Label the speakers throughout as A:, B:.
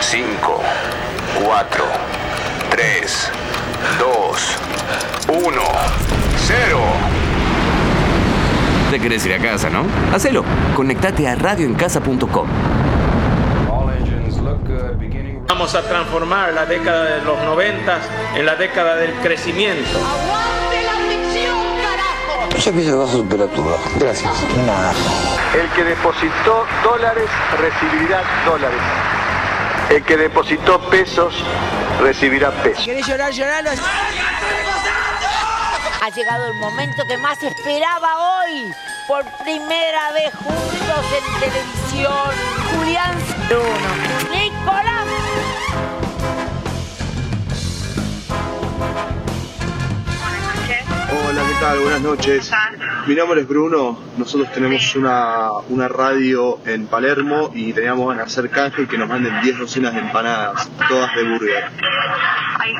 A: 5, 4, 3, 2, 1, 0.
B: Te querés ir a casa, ¿no? Hacelo. Conectate a radioencasa.com.
C: Vamos a transformar la década de los noventas en la década del crecimiento.
D: ¡Aguante la ficción, carajo!
E: Yo pienso que vas a superar tu bajo. Gracias. Nada.
F: El que depositó dólares recibirá dólares. El que depositó pesos recibirá pesos.
G: ¿Querés llorar, lloralo?
D: Ha llegado el momento que más esperaba hoy. Por primera vez juntos en televisión. Julián Bruno. Nicolás.
H: Hola, ¿qué tal? Buenas noches. Mi nombre es Bruno. Nosotros tenemos una, una radio en Palermo y teníamos ganas de hacer canje y que nos manden 10 docenas de empanadas, todas de burger.
I: Ay,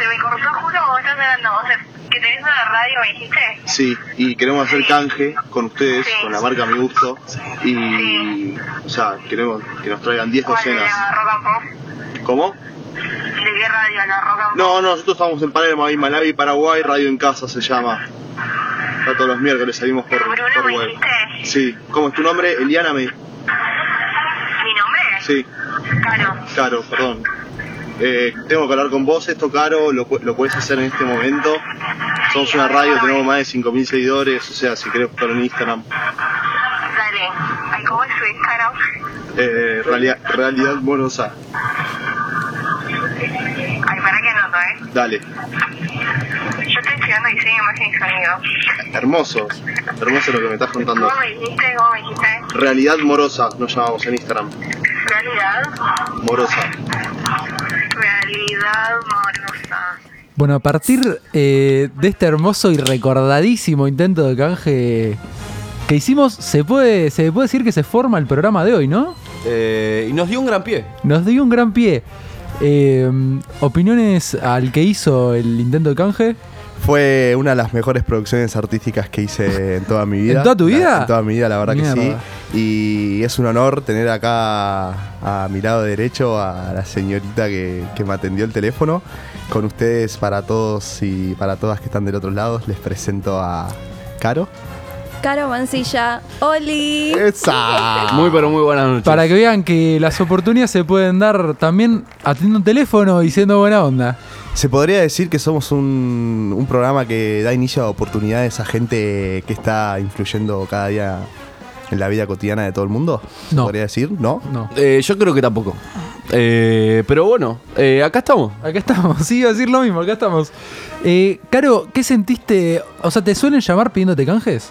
I: se me cortó justo cuando estás hablando. O sea, que tenés una radio, me dijiste.
H: Sí, y queremos hacer canje con ustedes,
I: Sí.
H: con la marca Mi Gusto. Y, o sea, queremos que nos traigan 10
I: ¿Cuál de
H: docenas.
I: la rock and
H: ¿Cómo?
I: pop? ¿De qué radio la rock and pop?
H: No, no, nosotros estamos en Palermo, ahí, Malawi, Paraguay, Radio en Casa se llama. Está todos los miércoles, salimos por,
I: Bruno,
H: por
I: ¿me
H: web.
I: dijiste?
H: Sí, ¿cómo es tu nombre? Eliana me.
I: ¿Mi nombre?
H: Sí.
I: Caro.
H: Caro, perdón. Eh, tengo que hablar con vos, esto Caro, lo, pu- lo puedes hacer en este momento. Somos una radio, tenemos más de 5.000 seguidores, o sea, si querés buscarlo en Instagram.
I: Dale. Ay, ¿cómo es su Instagram?
H: Eh, realidad, realidad Morosa.
I: Ay, para que anoto, ¿eh?
H: Dale,
I: Yo estoy estudiando diseño, imagen y sonido.
H: hermoso, hermoso lo que me estás contando.
I: ¿Cómo me dijiste? ¿Cómo me dijiste?
H: Realidad Morosa, nos llamamos en Instagram.
I: Realidad.
H: Morosa.
I: Realidad amorosa.
J: Bueno, a partir eh, de este hermoso y recordadísimo intento de canje que hicimos, se puede, se puede decir que se forma el programa de hoy, ¿no?
K: Eh, y nos dio un gran pie.
J: Nos dio un gran pie. Eh, opiniones al que hizo el intento de canje.
L: Fue una de las mejores producciones artísticas que hice Eh, en toda mi vida.
J: ¿En toda tu
L: La-
J: vida?
L: en toda mi vida, la verdad que
J: Mierda.
L: sí. Y es un honor tener acá a, a mi lado derecho a la señorita que, que me atendió el teléfono. Con ustedes, para todos y para todas que están del otro lado, les presento a Caro.
M: Caro Mancilla, Oli.
L: ¡Esa!
K: Muy, pero muy buenas noches.
J: Para que vean que las oportunidades se pueden dar también atendiendo un teléfono y siendo buena onda.
L: Se podría decir que somos un, un programa que da inicio a oportunidades a gente que está influyendo cada día en la vida cotidiana de todo el mundo. ¿Se
J: No.
L: podría decir? ¿No?
J: No.
K: Eh, yo creo que tampoco. Eh, pero bueno, eh, acá estamos.
J: Acá estamos, sí, iba a decir lo mismo, acá estamos. Eh, Caro, ¿qué sentiste? O sea, ¿te suelen llamar pidiéndote canjes?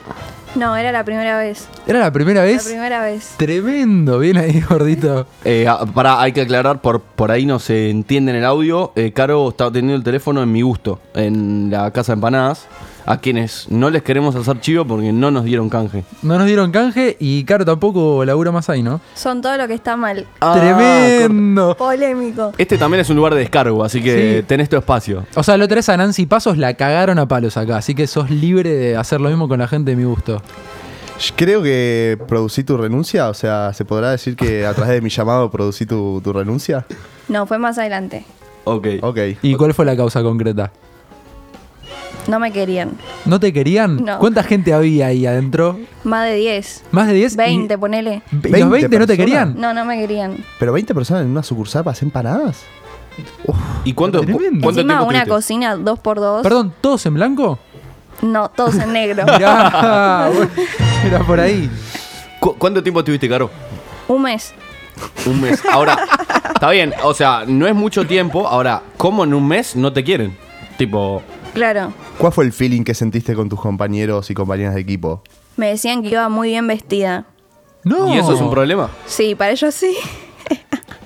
M: No, era la primera vez.
J: ¿Era la primera vez?
M: La primera vez.
J: Tremendo, bien ahí, gordito.
K: Eh, ah, pará, hay que aclarar, por, por ahí no se entiende en el audio. Eh, Caro está teniendo el teléfono en mi gusto, en la casa de empanadas, a quienes no les queremos hacer chivo porque no nos dieron canje.
J: Eh, No nos dieron canje y Caro tampoco labura más ahí, ¿no?
M: Son todo lo que está mal.
J: Ah, Tremendo.
M: Polémico.
K: Ah, Este también es un lugar de descargo, así que
J: Sí.
K: tenés tu espacio.
J: O sea, lo tres a Nancy Pasos la cagaron a palos acá, así que sos libre de hacer lo mismo con la gente de mi gusto.
L: Creo que producí tu renuncia, o sea, ¿se podrá decir que a través de mi llamado producí tu, tu renuncia?
M: No, fue más adelante.
K: Ok.
L: Ok.
J: ¿Y cuál fue la causa concreta?
M: No me querían.
J: ¿No te querían?
M: No.
J: ¿Cuánta gente había ahí adentro?
M: Más de 10.
J: ¿Más de 10?
M: 20, ponele.
J: ¿Y ¿Los 20 no te
L: personas?
J: querían?
M: No, no me querían.
L: ¿Pero 20 personas en una sucursal para hacer empanadas?
K: ¿Y cuánto, cu-
J: Tremendo.
K: cuánto
M: Encima
K: tiempo
M: una
K: estuviste?
M: cocina dos por dos.
J: Perdón, ¿todos en blanco?
M: No, todos en negro.
J: Mirá, bueno, era por ahí.
K: Cu- ¿Cuánto tiempo estuviste, Caro?
M: Un mes.
K: Un mes. Ahora, está bien, o sea, no es mucho tiempo. Ahora, ¿cómo en un mes no te quieren? Tipo,
M: Claro.
L: ¿Cuál fue el feeling que sentiste con tus compañeros y compañeras de equipo?
M: Me decían que iba muy bien vestida.
J: No.
K: ¿y eso es un problema?
M: Sí, para ellos sí.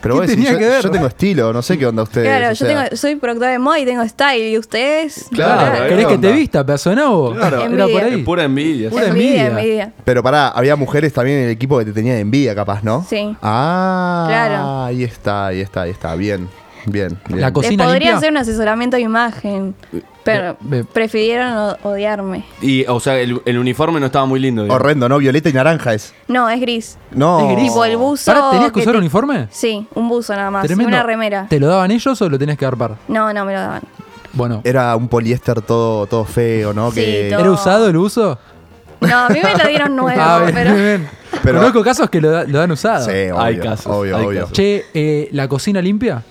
L: Pero
J: ¿Qué
L: vos decís,
J: tenía
L: yo,
J: que ver?
L: yo tengo estilo, no sé qué onda ustedes.
M: claro,
L: o
M: yo
L: sea.
M: tengo, soy productora de moda y tengo style. ¿Y ustedes?
L: Claro,
J: Claro,
L: ¿eh?
J: ¿Querés
L: ¿Qué
J: que te
L: onda?
J: vista, pedazo de nabo?
L: Claro.
J: Era por
M: Envidia.
J: ahí.
K: Pura envidia.
J: Pura
M: envidia,
J: envidia.
M: envidia.
L: Pero pará, había mujeres también en el equipo que te tenía de envidia, capaz, ¿no?
M: Sí.
L: Ah,
M: Claro.
L: ahí está, ahí está, ahí está, bien.
H: Bien, bien.
J: La
M: Les
J: cocina
M: podría
J: limpia. eh,
M: hacer un asesoramiento de imagen,
L: Eh,
M: pero
K: Ve- ve-
M: prefirieron o- odiarme.
K: Y, o sea, el, el uniforme no estaba muy lindo. digo.
H: Horrendo, ¿no? Violeta y naranja es.
M: No, es gris.
H: No. ¿Es gris?
M: Tipo el buzo.
J: Pará, ¿tenías que usar
M: te-
J: uniforme?
M: Sí, un buzo nada más. y
J: Tremendo.
M: una remera.
J: ¿Te lo daban ellos o lo tenías que arpar?
M: No, no me lo daban.
J: Bueno.
H: Era un poliéster todo, todo feo, ¿no?
M: Sí,
H: que...
M: todo- ¿Era
J: ¿Usado el uso?
M: No, a mí me lo dieron nuevo,
J: Ah, bien,
M: pero.
J: bien, bien.
H: Pero-
J: Conozco casos que lo, da- lo dan usado.
H: Sí, obvio,
K: Hay casos,
H: obvio,
K: hay
H: obvio.
K: casos.
J: Che, eh, ¿la cocina limpia?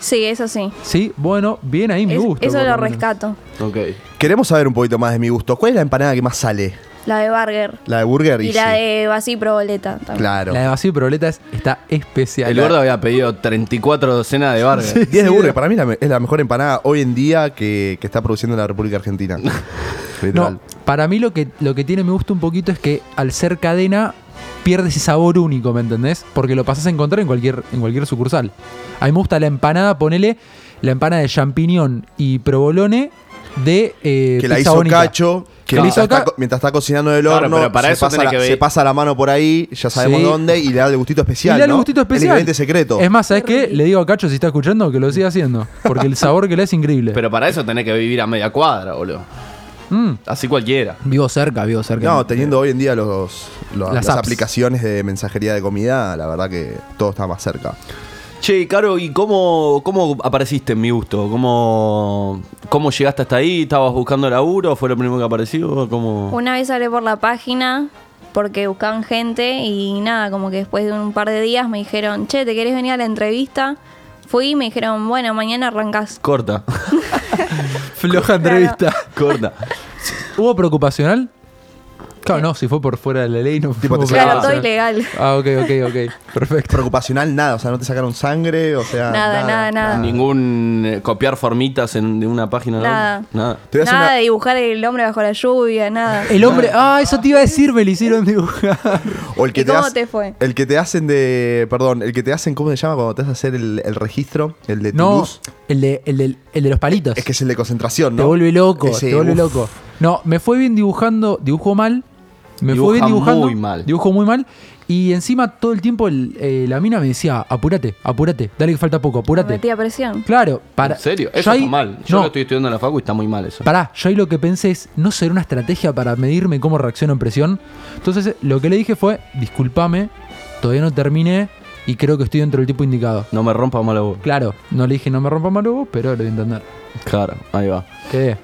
M: Sí, eso sí.
J: Sí, bueno, bien ahí, me
M: Es-
J: gusta.
M: eso
J: por
M: lo
J: menos.
M: rescato.
K: Ok.
H: Queremos saber un poquito más de mi gusto. ¿Cuál es la empanada que más sale?
M: La de Burger.
H: La de burger
M: Y
H: y
M: la
H: sí.
M: de Basí Proboleta también.
H: Claro.
J: La de vacío y Proboleta es- está especial.
K: El gordo había pedido 34 docenas de bargas.
H: 10 de burger, para mí la me- es la mejor empanada hoy en día que, que está produciendo la República Argentina. Literal.
J: No, para mí lo que, lo que tiene mi gusto un poquito es que al ser cadena pierde ese sabor único, ¿me entendés? Porque lo pasás a encontrar en cualquier, en cualquier sucursal. A mí me gusta la empanada, ponele la empanada de champiñón y provolone de eh,
H: que la
J: pizza
H: hizo
J: bonita.
H: Cacho, que
J: Que la
H: mientras,
J: hizo
H: está,
J: Ca-
H: co- mientras está cocinando en el
K: Claro,
H: horno,
K: pero para
H: se,
K: eso
H: pasa
K: tenés
H: la,
K: que ver-
H: se pasa la mano por ahí, ya sabemos
J: Sí.
H: dónde, y le da el gustito
J: Y
H: especial.
J: le da el
H: ¿no?
J: gustito especial.
H: El ingrediente secreto.
J: Es más, ¿sabes qué? Le digo a Cacho si está escuchando que lo siga haciendo. Porque el sabor que le da es increíble.
K: Pero para eso tenés que vivir a media cuadra, boludo.
J: Mm,
K: Así cualquiera.
J: vivo cerca, vivo cerca.
H: no, teniendo hoy en día los, los-
J: Las
H: las,
J: apps.
H: aplicaciones de mensajería de comida, la verdad que todo está más cerca.
K: Che, Caro, ¿y cómo, cómo apareciste en mi gusto? ¿Cómo, ¿Cómo llegaste hasta ahí? ¿Estabas buscando laburo? ¿Fue lo primero que apareció? ¿Cómo?
M: Una vez hablé por la página porque buscaban gente y nada, como que después de un par de días me dijeron, che, ¿te querés venir a la entrevista? Fui y me dijeron, bueno, mañana arrancás.
K: Corta.
J: Floja entrevista.
K: Corta.
J: ¿Hubo preocupacional? Claro, no, si fue por fuera de la ley, no
H: Tipo,
J: hubo
H: te
M: Claro,
H: sacaron-
M: todo
J: preocupacional.
M: ilegal.
J: Ah, ok, ok, ok. Perfecto.
H: Preocupacional nada, o sea, no te sacaron sangre, o sea.
M: Nada, nada, nada.
K: Ningún eh, copiar formitas en, de una página. a la
M: Nada.
K: otra? Nada.
H: Te voy a hacer
M: Nada
H: una-
M: de dibujar el hombre bajo la lluvia, nada.
J: El hombre. Ah, eso te iba a decir, me lo hicieron dibujar.
H: O el que
M: ¿Y cómo
H: hace-
M: te fue?
H: El que te hacen de. Perdón, el que te hacen, ¿cómo se llama? Cuando te vas a hacer el, el registro, el de
J: No,
H: Toulouse.
J: el de, el del- el de los palitos.
H: Es que es el de concentración, ¿no?
J: Te vuelve loco,
H: Ese,
J: te vuelve
H: uf.
J: loco. No, me fue bien dibujando, dibujó mal. Me
K: Dibuja
J: fue bien dibujando.
K: muy mal.
J: Dibujó muy mal. Y encima todo el tiempo el- eh, la mina me decía, apúrate, apúrate, dale que falta poco,
M: Me
J: apúrate.
M: metía presión.
J: Claro, para.
K: ¿En serio? Eso
J: yo ahí-
K: está mal. Yo
J: no,
K: lo estoy estudiando en la facu y está muy mal eso.
J: Pará, yo ahí lo que pensé es, ¿no será una estrategia para medirme cómo reacciono en presión? Entonces, eh, lo que le dije fue, discúlpame, todavía no terminé y creo que estoy dentro del tiempo indicado.
K: No me rompa mal la voz.
J: Claro, no le dije no me rompa mal vos, pero lo voy a entender.
K: Claro, ahí va.
J: ¿Qué?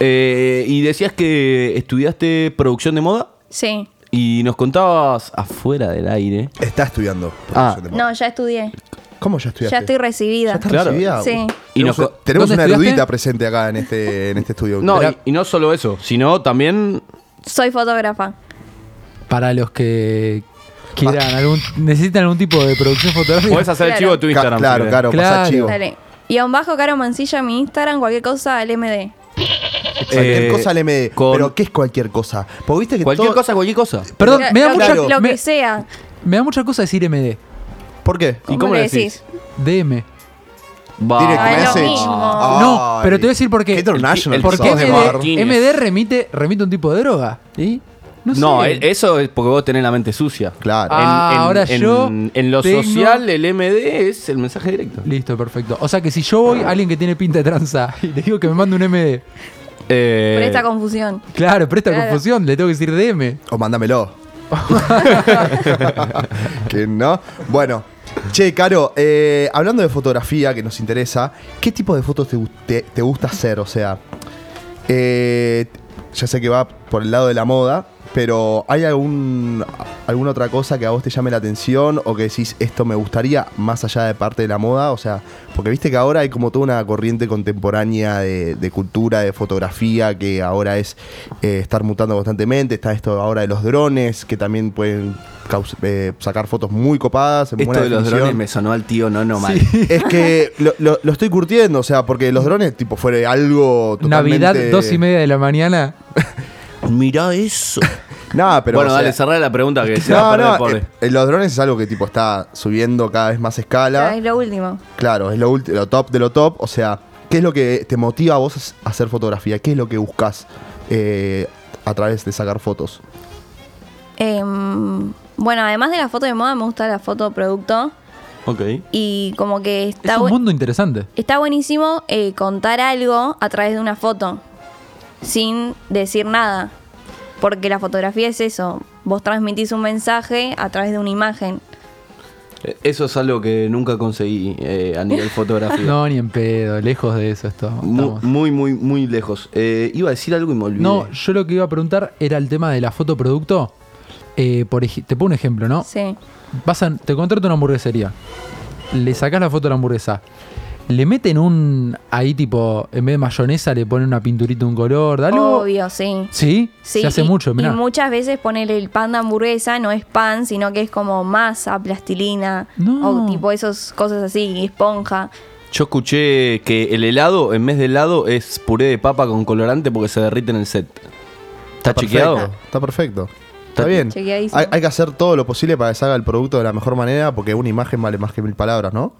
K: Eh, y decías que estudiaste producción de moda
M: Sí.
K: y nos contabas afuera del aire.
H: Está estudiando.
K: Ah.
H: producción de moda.
M: No, ya estudié.
H: ¿Cómo ya estudiaste?
M: Ya estoy recibida.
H: ¿Estás
K: Claro.
H: recibida?
M: Sí.
K: Y
H: tenemos
K: nos
H: una,
K: co-
H: tenemos
J: ¿Dónde
H: una
J: estudiaste?
H: erudita presente acá en este, en este estudio.
K: No,
H: Era-
K: y, y no solo eso, sino también.
M: Soy fotógrafa.
J: Para los que quieran algún, necesitan algún tipo de producción fotográfica.
K: Podés hacer el
M: Claro.
K: chivo de tu
H: Ca-
K: Instagram. si
H: claro,
K: querés.
H: claro,
J: Claro.
H: pasa chivo.
M: Dale. Y aún bajo Caro Mancilla mi Instagram, cualquier cosa al MD.
H: Cualquier
K: Eh,
H: cosa le me.
K: con-
H: Pero ¿qué es cualquier cosa? Porque viste que
K: Cualquier
H: todo-
K: cosa, cualquier cosa.
J: Perdón,
M: Lo-
J: me da,
M: lo,
J: mucha,
M: que- lo
J: me,
M: que sea.
J: me da mucha cosa decir MD.
H: ¿Por qué?
K: ¿Y
M: ¿Cómo,
K: cómo
M: le
K: le
M: decís?
J: DM.
K: Va.
H: Direct
M: Ay, Ah, lo
H: message.
M: mismo.
J: No, pero te voy a decir por qué.
H: Qué
K: El-
H: international.
K: el-
J: Porque
H: sos,
K: de bar.
J: MD,
K: Martínez.
J: MD remite, remite a un tipo de droga. ¿Y? No, sé.
K: No, e- eso es porque vos tenés la mente sucia.
H: Claro.
J: Ah. ahora yo
K: En, en lo
J: tengo-
K: social, el MD es el mensaje directo.
J: Listo, perfecto. O sea que si yo voy a alguien que tiene pinta de tranza y le digo que me mande un MD,
K: Eh,
M: Por esta confusión.
J: claro, presta
M: Claro.
J: confusión, le tengo que decir DM.
H: O mándamelo. que no. Bueno. Che, Caro, eh, hablando de fotografía que nos interesa, ¿qué tipo de fotos te, gu- te- te gusta hacer? O sea, eh, ya sé que va por el lado de la moda, pero ¿hay algún, alguna otra cosa que a vos te llame la atención o que decís esto me gustaría más allá de parte de la moda? O sea, porque viste que ahora hay como toda una corriente contemporánea de, de cultura, de fotografía, que ahora es eh, estar mutando constantemente, está esto ahora de los drones, que también pueden caus- eh, sacar fotos muy copadas. En
K: esto
H: buena
K: de los
H: definición.
K: drones me sonó al tío no, no mal.
H: Es que lo, lo- lo estoy curtiendo, o sea, porque los drones, tipo, fuere algo totalmente...
J: Navidad, dos y media de la mañana.
K: Mirá eso.
H: Nada, pero...
K: bueno,
H: o sea,
K: dale, cerrá la pregunta que se va
H: No,
K: a perder,
H: no,
K: pobre.
H: eh, eh, los drones es algo que tipo está subiendo cada vez más
M: Ya,
H: escala.
M: Es lo último.
H: Claro, es lo, ulti- lo top de lo top. O sea, ¿qué es lo que te motiva a vos a hacer fotografía? ¿Qué es lo que buscas eh, a través de sacar fotos?
M: Em, bueno, además de la foto de moda, me gusta la foto producto.
K: Ok.
M: Y como que está,
J: Es un
M: bu-
J: mundo interesante.
M: está buenísimo eh, contar algo a través de una foto, sin decir nada. Porque la fotografía es eso, vos transmitís un mensaje a través de una imagen.
K: Eh, Eso es algo que nunca conseguí eh, a nivel fotografía.
J: No, ni en pedo, lejos de eso esto.
K: Mu- Muy, muy, muy lejos. Eh, iba a decir algo y me olvidé.
J: No, yo lo que iba a preguntar era el tema de la fotoproducto. Eh, por ej- te pongo un ejemplo, ¿no?
M: Sí.
J: Vas a- te contrata una hamburguesería. Le sacas la foto a la hamburguesa. Le meten un. Ahí, tipo, en vez de mayonesa, le ponen una pinturita de un color. Dale.
M: Obvio, sí.
J: ¿Sí?
M: Sí,
J: Se hace
M: y-
J: mucho, mirá.
M: Y muchas veces poner el pan de hamburguesa no es pan, sino que es como masa, plastilina, o tipo esas cosas así, esponja.
K: Yo escuché que el helado, en vez de helado, es puré de papa con colorante porque se derrite en el set. ¿Está, chequeado?
H: Perfecto, Está perfecto. Está bien.
M: Chequeadísimo.
H: Hay, hay que hacer todo lo posible para que salga el producto de la mejor manera porque una imagen vale más que mil palabras, ¿no?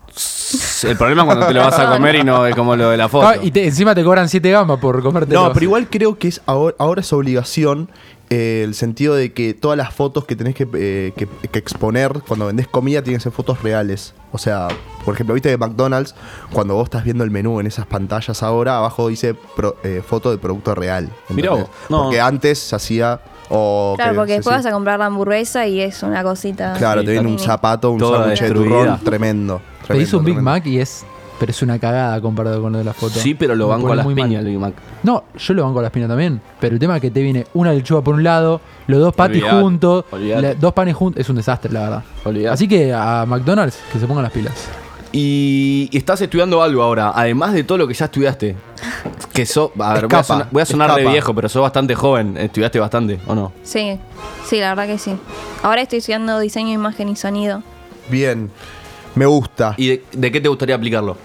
K: El problema es cuando te lo vas a comer y no es como lo de la foto.
J: Ah, y te- encima te cobran 7 gamas por comerte.
H: No, pero igual creo que es ahora, ahora es obligación eh, el sentido de que todas las fotos que tenés que, eh, que- que exponer cuando vendés comida tienen que ser fotos reales. O sea, por ejemplo, viste de McDonald's, cuando vos estás viendo el menú en esas pantallas ahora, abajo dice pro- eh, foto de producto real. ¿entendés?
K: Mirá vos, no.
H: Porque antes se hacía... o
M: claro,
H: que
M: porque
H: se-
M: después
H: sí.
M: vas a comprar la hamburguesa y es una cosita.
H: Claro, te viene un zapato, un
K: Toda
H: sándwich de
K: destruida.
H: turrón tremendo.
J: Te
H: tremendo,
J: hizo un Big
H: tremendo.
J: Mac y es. Pero es una cagada comparado con lo de la foto.
K: Sí, pero lo
J: Me
K: banco
J: pone
K: a las
J: muy mal.
K: piñas, el Big Mac.
J: No, yo lo banco a la espina también. Pero el tema es que te viene una lechuga por un lado, los dos patis
K: Olvidate,
J: juntos,
K: olvidate.
J: la- dos panes juntos. Es un desastre, la verdad.
K: Olvidate.
J: Así que a McDonald's, que se pongan las pilas.
K: Y estás estudiando algo ahora, además de todo lo que ya estudiaste. Que so, a ver, voy a
H: Escapa,
K: sonar, voy a sonar re
H: escapa.
K: viejo, pero sos bastante joven. Estudiaste bastante, ¿o no?
M: Sí, sí, la verdad que sí. Ahora estoy estudiando diseño, imagen y sonido.
H: Bien, me gusta.
K: ¿Y de, de qué te gustaría aplicarlo?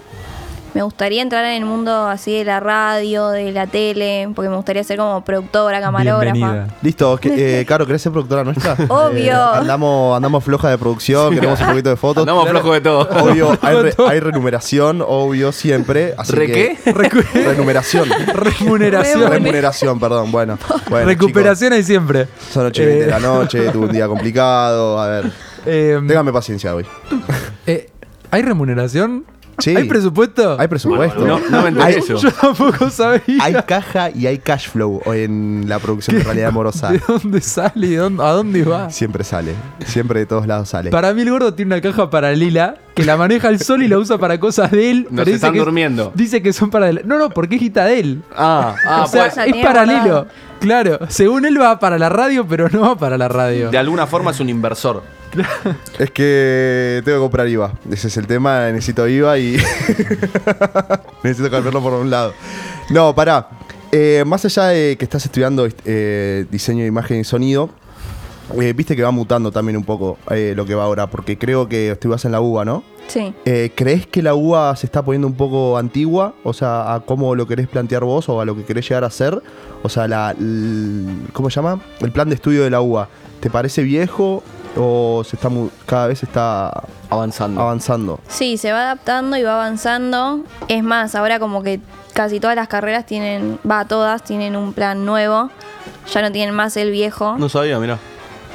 M: Me gustaría entrar en el mundo así de la radio, de la tele, porque me gustaría ser como productora, camarógrafa.
H: Listo, que- eh, Caro, ¿querés ser productora nuestra?
M: Obvio.
H: Eh, andamos, andamos floja de producción, queremos un poquito de fotos.
K: Andamos flojos de todo.
H: Obvio, hay, re- hay renumeración, obvio, siempre. Así
K: ¿Re
H: que- Renumeración.
J: Remuneración.
H: Remuneración, perdón. Bueno, bueno,
J: Recuperación hay siempre.
H: chicos, son ocho y veinte de la
J: Eh.
H: noche, tuve un día complicado. A ver,
J: Eh,
H: téngame paciencia hoy.
J: eh, ¿Hay remuneración?
H: Sí.
J: ¿Hay presupuesto?
H: Hay presupuesto.
K: No, no me enteré
H: Hay-
K: eso.
J: Yo tampoco sabía.
H: Hay caja y hay cash flow en la producción de realidad amorosa.
J: ¿De dónde sale y dónde- a dónde va?
H: Siempre sale, siempre de todos lados sale.
J: Para mí el gordo tiene una caja paralela que la maneja el sol y la usa para cosas de él.
K: Nos
J: pero dice
K: están
J: que es-
K: durmiendo.
J: dice que son para... No, no, porque es guita de él.
K: Ah, ah,
J: o sea,
K: pues,
M: sea,
J: es
M: tiene
J: paralelo.
M: guardado.
J: Claro, según él va para la radio, pero no va para la radio.
K: de alguna forma es un inversor.
H: Es que tengo que comprar IVA. Ese es el tema. Necesito IVA y. necesito cambiarlo por un lado. No, pará. Eh, más allá de que estás estudiando eh, diseño de imagen y sonido, eh, viste que va mutando también un poco eh, lo que va ahora, porque creo que estuvas en la UBA, ¿no?
M: Sí.
H: Eh, ¿Crees que la UBA se está poniendo un poco antigua? O sea, a cómo lo querés plantear vos o a lo que querés llegar a ser. O sea, la, l- ¿cómo se llama? El plan de estudio de la UBA. ¿Te parece viejo o se está mu- cada vez está
J: Mm.
K: Avanzando.
H: avanzando?
M: Sí, se va adaptando y va avanzando. Es más, ahora como que casi todas las carreras tienen, va todas, tienen un plan nuevo. Ya no tienen más el viejo.
K: No sabía, mirá.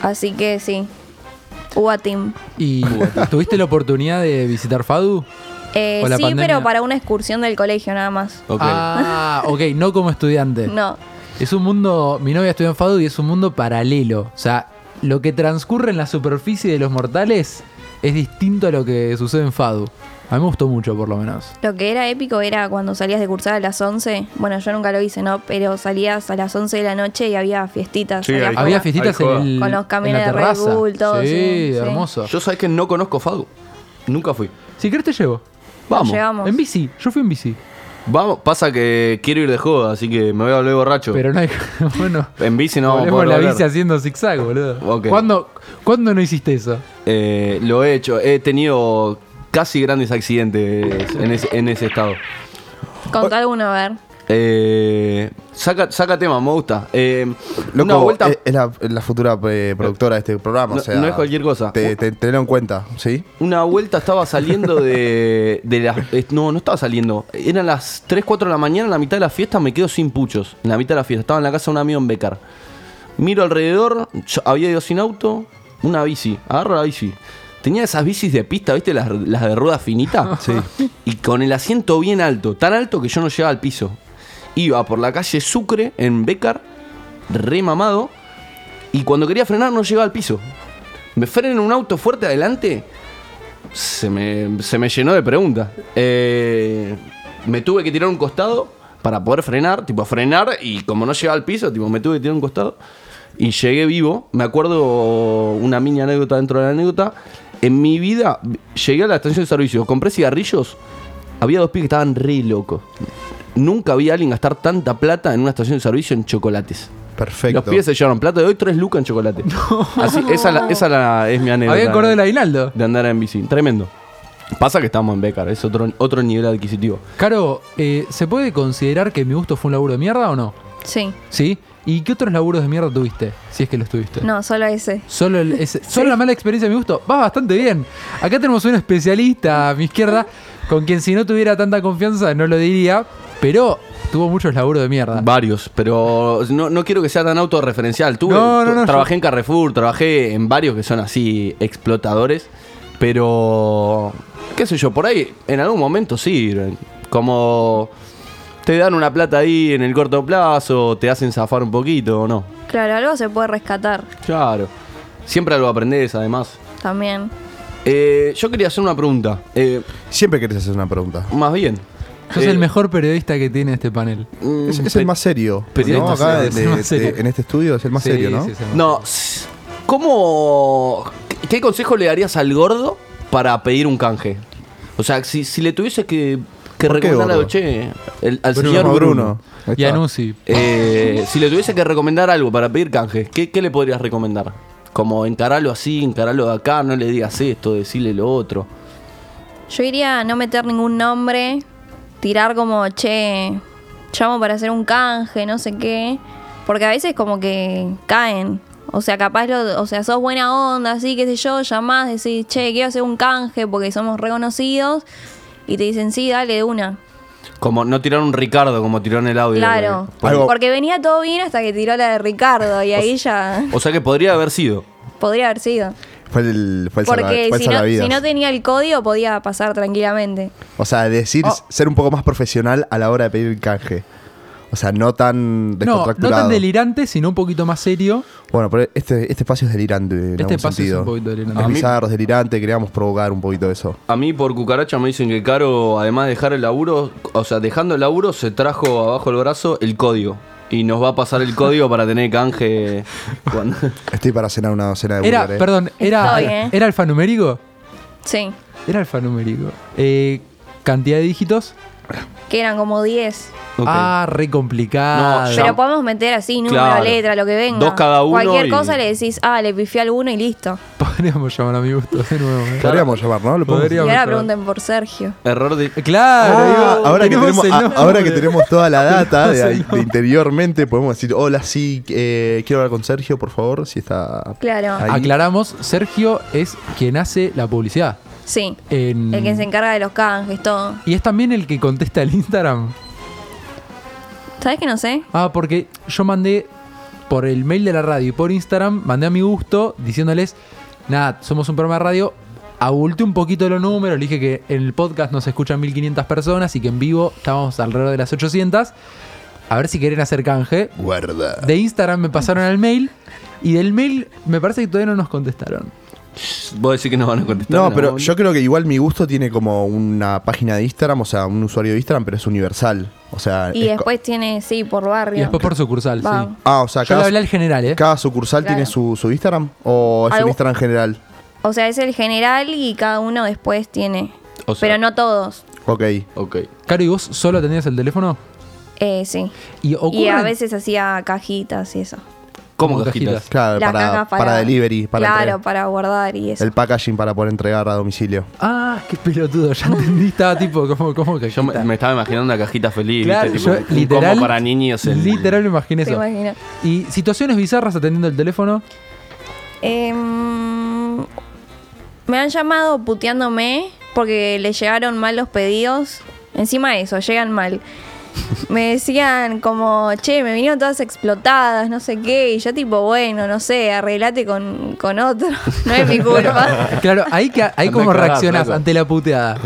M: Así que sí. UBA Team.
J: ¿Y tuviste la oportunidad de visitar Fadu?
M: Eh,
J: O la
M: sí,
J: pandemia.
M: pero para una excursión del colegio nada más.
K: Ok.
J: Ah, ok, no como estudiante.
M: No.
J: Es un mundo, mi novia estudió en Fadu y es un mundo paralelo. O sea, lo que transcurre en la superficie de los mortales es distinto a lo que sucede en Fadu. A mí me gustó mucho, por lo menos.
M: Lo que era épico era cuando salías de cursar a las 11. Bueno, yo nunca lo hice, ¿no? Pero salías a las 11 de la noche y había fiestitas.
K: Sí,
M: allá
K: ahí-
M: afuera.
J: Había fiestitas
K: ahí
J: en,
K: joda.
J: el,
M: Con los
J: en
M: camiones
J: la
M: de Red
J: terraza.
M: Bull, todo,
J: sí,
M: sí, sí.
J: hermoso.
K: Yo sabés que no conozco Fado. Nunca fui.
J: Si querés te llevo.
K: Vamos.
M: Llegamos.
J: En bici, yo fui en bici.
K: Vamos. Pasa que quiero ir de joda, así que me voy a volver borracho.
J: Pero no hay. Bueno.
K: en bici no vamos a
J: volvemos
K: poder
J: la
K: volver.
J: bici haciendo zigzag, boludo.
K: Ok.
J: ¿Cuándo, ¿Cuándo no hiciste eso?
K: Eh, lo he hecho. He tenido casi grandes accidentes en ese, en ese estado.
J: Oh.
M: Contá alguno, a ver.
K: Eh, saca, saca tema, me gusta. Eh,
H: Loco,
K: una vuelta.
H: es, es la, es la futura eh, productora de este programa. o
K: No-
H: sea,
K: no es cualquier cosa.
H: Te, te- tenelo en cuenta, ¿sí?
K: Una vuelta estaba saliendo de, de las... eh, No, no estaba saliendo. Eran las 3, 4 de la mañana, en la mitad de la fiesta me quedo sin puchos. En la mitad de la fiesta. Estaba en la casa de un amigo en Becar. Miro alrededor, yo había ido sin auto, una bici. Agarro la bici. Tenía esas bicis de pista, ¿viste? Las, las de rueda finita. Sí. Y con el asiento bien alto, tan alto que yo no llegaba al piso. Iba por la calle Sucre, en Becar, remamado, y cuando quería frenar no llegaba al piso. Me frena un auto fuerte adelante, se me, se me llenó de preguntas. Eh, me tuve que tirar un costado para poder frenar, tipo frenar, y como no llegaba al piso, tipo me tuve que tirar un costado. Y llegué vivo. Me acuerdo una mini anécdota dentro de la anécdota. En mi vida llegué a la estación de servicio, compré cigarrillos. Había dos pibes que estaban re locos. Nunca vi a alguien gastar tanta plata en una estación de servicio en chocolates.
H: Perfecto.
K: Los pibes se llevaron plata de hoy, tres lucas en chocolate. Así, esa es la- esa es la- es mi anécdota.
J: Había acordado del
K: aguinaldo. De andar en bici. Tremendo. Pasa que estamos en Becar, es otro, otro nivel adquisitivo.
J: Caro, eh, ¿se puede considerar que mi gusto fue un laburo de mierda o no?
M: Sí.
J: ¿Sí? ¿Y qué otros laburos de mierda tuviste? Si es que los tuviste.
M: No, solo ese.
J: Solo, el- ese- solo la mala experiencia de mi gusto. Va bastante bien. Acá tenemos un especialista a mi izquierda con quien si no tuviera tanta confianza no lo diría, pero tuvo muchos laburos de
H: Ah.
J: mierda.
K: Varios, pero no, no quiero que sea tan autorreferencial. Tuve,
J: No, no,
K: tu-
J: no,
K: trabajé en Carrefour, trabajé en varios que son así explotadores, pero qué sé yo, por ahí en algún momento sí, como te dan una plata ahí en el corto plazo, te hacen zafar un poquito o no.
M: Claro, algo se puede rescatar
K: Claro. Siempre lo aprendés además.
M: también.
K: Eh, yo quería hacer una pregunta. Eh,
H: Siempre querés hacer una pregunta.
K: Más bien.
J: Sos
K: Eh,
J: el mejor periodista que tiene este panel.
H: Es, es
K: Mm,
H: el más serio.
J: periodista
H: ¿no? Acá de-
J: serio, es el
H: de-
J: más serio.
H: de- en este estudio es el más
J: Sí,
H: serio, ¿no?
J: sí, es el más
K: No, s- ¿cómo. qué- ¿Qué consejo le darías al gordo para pedir un canje? O sea, si, si le tuvieses que, que
H: ¿Por qué
K: recomendar algo,
H: gordo?
K: che, el- al
H: Bruno,
K: señor
H: Bruno.
K: Bruno.
H: Ahí está. Y
J: Anunci.
K: Eh, si le tuviese que recomendar algo para pedir canje, ¿qué, qué le podrías recomendar? Como encararlo así, encararlo de acá, no le digas esto, decirle lo otro.
M: Yo iría a no meter ningún nombre, tirar como, che, llamo para hacer un canje, no sé qué. Porque a veces como que caen. O sea, capaz, lo, o sea, sos buena onda, así, qué sé yo, llamás, decís, che, quiero hacer un canje porque somos reconocidos. Y te dicen, sí, dale de una.
K: Como no tirar un Ricardo como tiró en el audio.
M: Claro.
K: Eh, por-
M: Porque venía todo bien hasta que tiró la de Ricardo y ahí ya
K: O sea que podría haber sido.
M: podría haber sido.
H: Fue el, fue el
M: Porque
H: salva- fue el
M: si no,
H: salvavidas.
M: si no tenía el código podía pasar tranquilamente.
H: O sea, decir,
M: Oh.
H: ser un poco más profesional a la hora de pedir el canje. O sea, no tan
J: No, no
H: descontracturado.
J: tan delirante, sino un poquito más serio.
H: Bueno, pero este, este espacio es delirante. En
J: Este
H: algún
J: espacio es
H: sentido.
J: un poquito delirante.
H: Es
J: A mí-
H: bizarro, es delirante. Queríamos provocar un poquito eso.
K: A mí por cucaracha me dicen que Caro, además de dejar el laburo, o sea, dejando el laburo, se trajo abajo el brazo el código. Y nos va a pasar el código para tener canje cuando...
H: Estoy para cenar una docena de
J: Era,
H: burger, eh.
J: perdón, era,
M: Estoy, eh.
J: ¿era alfanumérico?
M: Sí.
J: Era alfanumérico. Eh, ¿Cantidad de dígitos?
M: Que eran como 10.
J: Ah, re complicado.
M: Pero podemos meter así, número,
J: Ah, Claro.
M: letra, lo que venga.
J: Dos cada uno
M: Cualquier
J: y-
M: cosa le decís, ah, le pifié al uno y listo.
J: Podríamos llamar a mi gusto de nuevo. eh.
H: Podríamos llamar, ¿no? Lo podemos-
M: Y ahora pregunten por Sergio.
K: Error de...
J: Claro,
H: Ah,
J: digo,
H: ahora, que
J: tenemos
H: tenemos,
J: el
H: a-
J: nombre.
H: ahora que tenemos toda la data de,
J: Tenemos el
H: de interiormente, podemos decir, hola, sí, eh, quiero hablar con Sergio, por favor, si está...
M: Claro.
H: ahí.
J: Aclaramos, Sergio es quien hace la publicidad.
M: Sí.
J: En-
M: El que se encarga de los canjes, todo.
J: Y es también el que contesta el Instagram.
M: ¿Sabes que no sé?
J: Ah, porque yo mandé por el mail de la radio y por Instagram, mandé a mi gusto diciéndoles, nada, somos un programa de radio, abulté un poquito los números, le dije que en el podcast nos escuchan 1500 personas y que en vivo estábamos alrededor de las 800. A ver si quieren hacer canje.
H: Guarda.
J: De Instagram me pasaron al mail y del mail me parece que todavía no nos contestaron.
K: Vos decís que nos van a contestar.
H: No, pero yo creo que igual mi gusto tiene como una página de Instagram, o sea, un usuario de Instagram, pero es universal. O sea,
M: Y
H: Ah, es co-
M: después tiene, sí, por barrio.
J: Y después por sucursal,
M: Va.
J: sí.
H: Ah, o sea,
J: Yo le hablé al general, ¿eh?
H: ¿Cada sucursal
M: Claro.
H: tiene su, su Instagram o es un
M: Algu-
H: Instagram general?
M: O sea, es el general y cada uno después tiene.
H: O sea-
M: Pero no todos.
H: Ok.
K: Ok.
J: Caro, ¿y vos solo tenías el teléfono?
M: Eh, sí.
J: Y,
M: Y a
J: ocurren-
M: veces hacía cajitas y eso.
K: ¿Cómo
J: cajitas?
H: Claro,
M: Las
H: Ah, para,
M: cajas
H: para delivery, para
M: claro,
H: entregar.
M: para guardar y eso.
H: el packaging para poder entregar a domicilio.
J: Ah, qué pelotudo, ya entendí, estaba tipo, ¿cómo, cómo que
K: Yo me, me estaba imaginando una cajita feliz,
J: Claro,
K: ¿viste? Tipo,
J: yo
K: un
J: literal-
K: combo para niños. en-
J: Literal me imaginé
M: ¿Te
J: eso.
M: imaginas?
J: Y situaciones bizarras atendiendo el teléfono.
M: Em, me han llamado puteándome porque le llegaron mal los pedidos. Encima de eso, llegan mal. me decían como, che, me vinieron todas explotadas, no sé qué, y yo tipo, bueno, no sé, arreglate con, con otro, no es mi culpa.
J: Claro, ahí, que, ahí
K: Andá
J: como
K: a cagar,
J: reaccionás
K: flaco.
J: ante la puteada.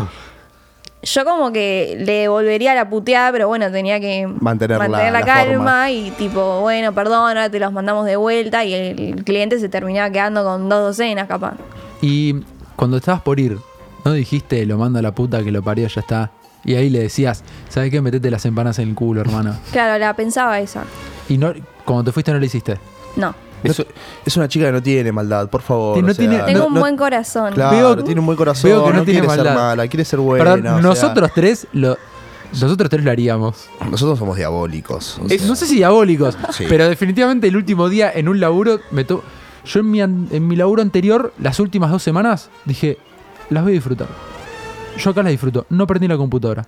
M: Yo como que le devolvería la puteada, pero bueno, tenía que
H: Mantener la-
M: mantener la,
H: la
M: calma
H: forma.
M: y tipo, bueno, perdón, ahora te los mandamos de vuelta y el cliente se terminaba quedando con dos docenas capaz.
J: Y cuando estabas por ir, ¿no dijiste, lo mando a la puta que lo parió, ya está? Y ahí le decías, ¿sabes qué? Metete las empanadas en el culo, hermano.
M: Claro, la pensaba esa.
J: Y no, cuando te fuiste no lo hiciste.
M: No.
H: Es, es una chica que no tiene maldad, por favor.
J: No
H: o sea,
J: tiene-
M: Tengo un buen corazón.
H: Claro,
J: Veo-
H: tiene un buen corazón.
J: veo que no tiene
H: quiere ser
J: maldad.
H: mala, quiere ser buena.
J: Perdón,
H: o sea,
J: nosotros tres lo, nosotros tres lo haríamos.
H: nosotros somos diabólicos. o
J: Es-
H: sea.
J: no sé si diabólicos,
H: Sí.
J: pero definitivamente el último día en un laburo me to- yo en mi, an- en mi laburo anterior, las últimas dos semanas, dije, las voy a disfrutar. Yo acá las disfruto, no prendí la computadora.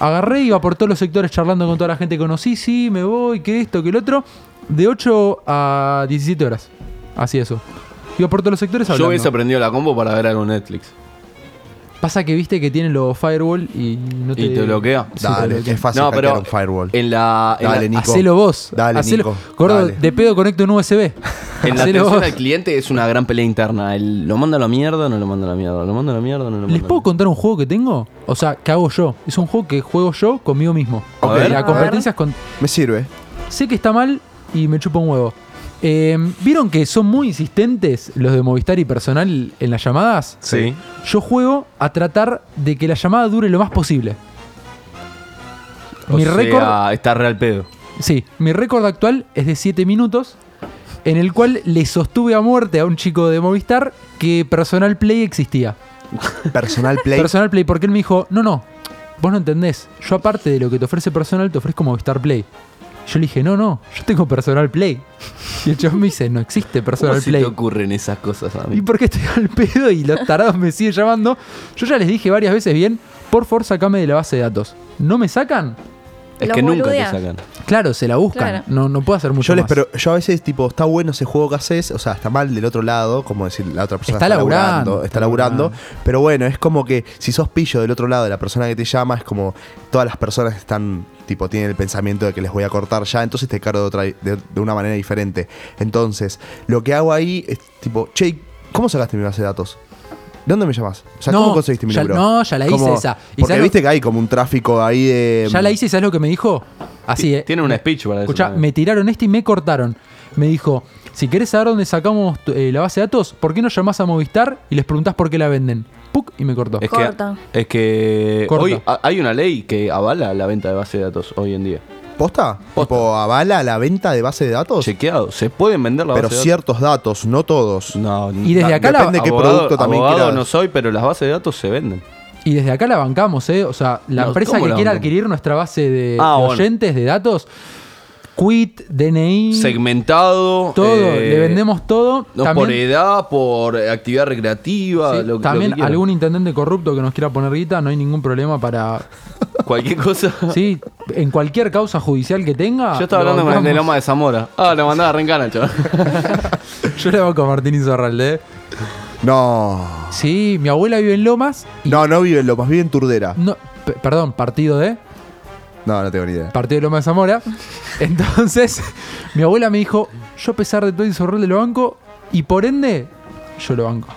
J: Agarré, iba por todos los sectores charlando con toda la gente que conocí, sí, me voy, que esto, que el otro, de 8 a 17 horas. Así eso. Iba por todos los sectores
K: Yo
J: hablando.
K: hubiese aprendido la combo para ver algo en Netflix.
J: Pasa que viste que tienen los firewall y no te...
K: Y te bloquea.
J: Sí,
H: Dale,
J: te bloquea.
H: es fácil
K: No,
H: hackear
K: pero
H: un firewall.
K: En la, en
H: Dale,
K: la,
H: Nico.
J: Hacelo vos.
H: Dale,
J: Hacelo-
H: Nico.
J: Gordo,
H: Dale.
J: de pedo conecto un USB.
K: en la
J: Hacelo
K: atención
J: vos.
K: al cliente es una gran pelea interna. El, lo manda a la mierda, no lo manda a la mierda. Lo manda a la mierda, no lo manda.
J: ¿Les puedo contar un juego que tengo? O sea, que hago yo. Es un juego que juego yo conmigo mismo.
K: A ver.
J: La
K: A
J: competencia es con.
H: Me sirve.
J: Sé que está mal y me chupa un huevo. Eh, ¿Vieron que son muy insistentes los de Movistar y personal en las llamadas?
K: Sí.
J: Yo juego a tratar de que la llamada dure lo más posible.
K: O
J: Mi
K: sea,
J: récord.
K: Está real pedo.
J: Sí, mi récord actual es de 7 minutos, en el cual le sostuve a muerte a un chico de Movistar que Personal Play existía.
H: Personal Play.
J: Personal Play, porque él me dijo, no, no, vos no entendés, yo aparte de lo que te ofrece Personal, te ofrezco Movistar Play. Yo le dije, no, no, yo tengo Personal Play. Y el chabón me dice, no existe Personal
K: ¿Cómo se
J: Play.
K: te ocurren esas cosas a mí?
J: ¿Y por qué estoy al pedo y los tarados me siguen llamando? Yo ya les dije varias veces bien, por favor sacame de la base de datos. ¿No me sacan?
K: Es
M: Los
K: que nunca te
M: boludeas.
K: sacan.
J: Claro, se la buscan.
M: Claro.
J: No, no puedo hacer mucho
H: Yo, les,
J: más.
H: pero yo a veces, tipo, está bueno ese juego que haces, o sea, está mal del otro lado, como decir, la otra persona
J: Está laburando,
H: está laburando, pero bueno, es como que si sos pillo del otro lado de la persona que te llama, es como todas las personas están, tipo, tienen el pensamiento de que les voy a cortar ya, entonces te cargo de, otra, de, de una manera diferente. Entonces, lo que hago ahí es, tipo, che, ¿cómo sacaste mi base de datos? ¿De dónde me llamas? O sea,
J: No,
H: ¿cómo conseguiste mi
J: ya-
H: número?
J: no, ya la hice
H: Como-
J: esa. Y
H: Porque
J: ¿sabes lo-
H: viste que hay como un tráfico ahí de.
J: Ya la hice y ¿sabes lo que me dijo? Así, ¿eh?
K: Tiene un speech para eso.
J: Escuchá,
H: eh.
K: también.
J: me tiraron este y me cortaron. Me dijo, si querés saber dónde sacamos tu- eh, la base de datos, ¿por qué no llamás a Movistar y les preguntás por qué la venden? Puc, y me cortó.
K: Es
M: Corta.
K: que, es que
J: Corta.
K: hoy ha- hay una ley que avala la venta de base de datos hoy en día.
H: ¿Posta? ¿Tipo, avala la venta de base de datos?
K: Chequeado, se pueden vender la
H: Pero
K: base de datos.
H: ciertos datos, no todos.
K: No,
J: Y desde
K: na-
J: acá la-
H: Depende qué
K: abogado-
H: producto también
K: abogado
H: quieras.
K: no soy, pero las bases de datos se venden.
J: Y desde acá la bancamos, ¿eh? O sea, la
K: No,
J: empresa
K: ¿cómo
J: que
K: la
J: quiera
K: bancamos?
J: adquirir nuestra base de,
K: Ah,
J: de
K: bueno.
J: oyentes, de datos, quit, DNI,
K: Segmentado.
J: todo,
K: eh,
J: le vendemos todo.
K: No, por
J: también
K: edad, por eh, actividad recreativa,
J: sí,
K: lo, lo
J: también
K: que quieras.
J: algún intendente corrupto que nos quiera poner guita, no hay ningún problema para...
K: Cualquier cosa.
J: sí, en cualquier causa judicial que tenga...
K: Yo estaba
J: lo
K: hablando con el de
J: bancamos.
K: Loma de Zamora. Ah, lo mandaba a Rencana, chaval.
J: Yo le banco a Martín Izarralde. ¿eh?
H: No.
J: Sí, mi abuela vive en Lomas y
H: No, no vive en Lomas, vive en Turdera.
J: No, p- perdón, partido de.
H: No, no tengo ni idea.
J: Partido de Loma de Zamora. Entonces, mi abuela me dijo: Yo, a pesar de todo, hizo rol de lo banco y por ende, yo lo banco.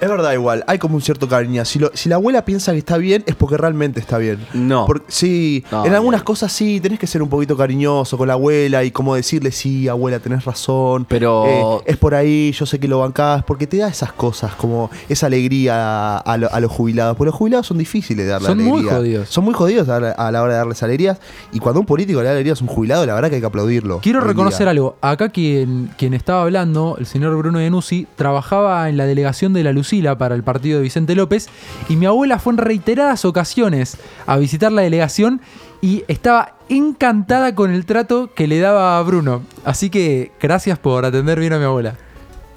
H: Es verdad, igual, hay como un cierto cariño. Si, lo- si la abuela piensa que está bien, es porque realmente está bien.
K: No.
H: Por- sí,
K: No,
H: en algunas
K: bien.
H: cosas sí, tenés que ser un poquito cariñoso con la abuela y como decirle, sí, abuela, tenés razón.
K: Pero-
H: eh, es por ahí, yo sé que lo bancás, porque te da esas cosas, como esa alegría a, lo- a los jubilados. Porque los jubilados son difíciles de darle
J: Son muy
H: alegría.
J: jodidos.
H: Son muy jodidos a la, a la hora de darles alegrías. Y cuando un político le da alegrías a un jubilado, la verdad que hay que aplaudirlo.
J: Quiero
H: hoy en
J: reconocer
H: día.
J: algo. Acá quien, quien estaba hablando, el señor Bruno Denuzzi, trabajaba en la delegación de la Lucila para el partido de Vicente López y mi abuela fue en reiteradas ocasiones a visitar la delegación y estaba encantada con el trato que le daba a Bruno. Así que gracias por atender bien a mi abuela.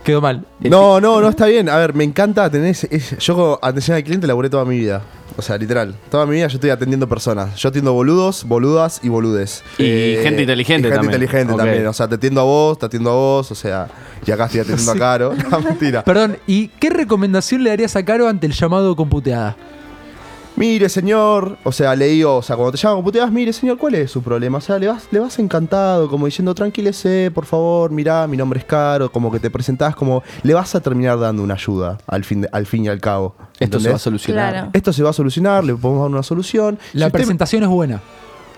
J: Quedó mal.
H: No, no, no está bien. A ver, me encanta tener ese- ese- Yo con atención al cliente laburé toda mi vida. O sea, literal. Toda mi vida yo estoy atendiendo personas. Yo atiendo boludos, boludas y boludes. Eh,
K: Y gente inteligente
H: y gente
K: también.
H: inteligente
K: Ok.
H: también. O sea, te atiendo a vos, te atiendo a vos. O sea, y acá estoy atendiendo a Caro. No, mentira.
J: Perdón, ¿y qué recomendación le darías a Caro ante el llamado computeada?
H: Mire, señor. O sea, le digo, o sea, cuando te llaman puteadas, mire, señor, ¿cuál es su problema? O sea, le vas, le vas encantado, como diciendo, tranquilese, por favor, mirá, mi nombre es Caro. Como que te presentás, como le vas a terminar dando una ayuda al fin, de- al fin y al cabo.
K: Esto se va a
H: ¿entendés?
K: solucionar. Claro.
H: Esto se va a solucionar, le podemos dar una solución. Si
J: La
H: usted-
J: presentación es buena.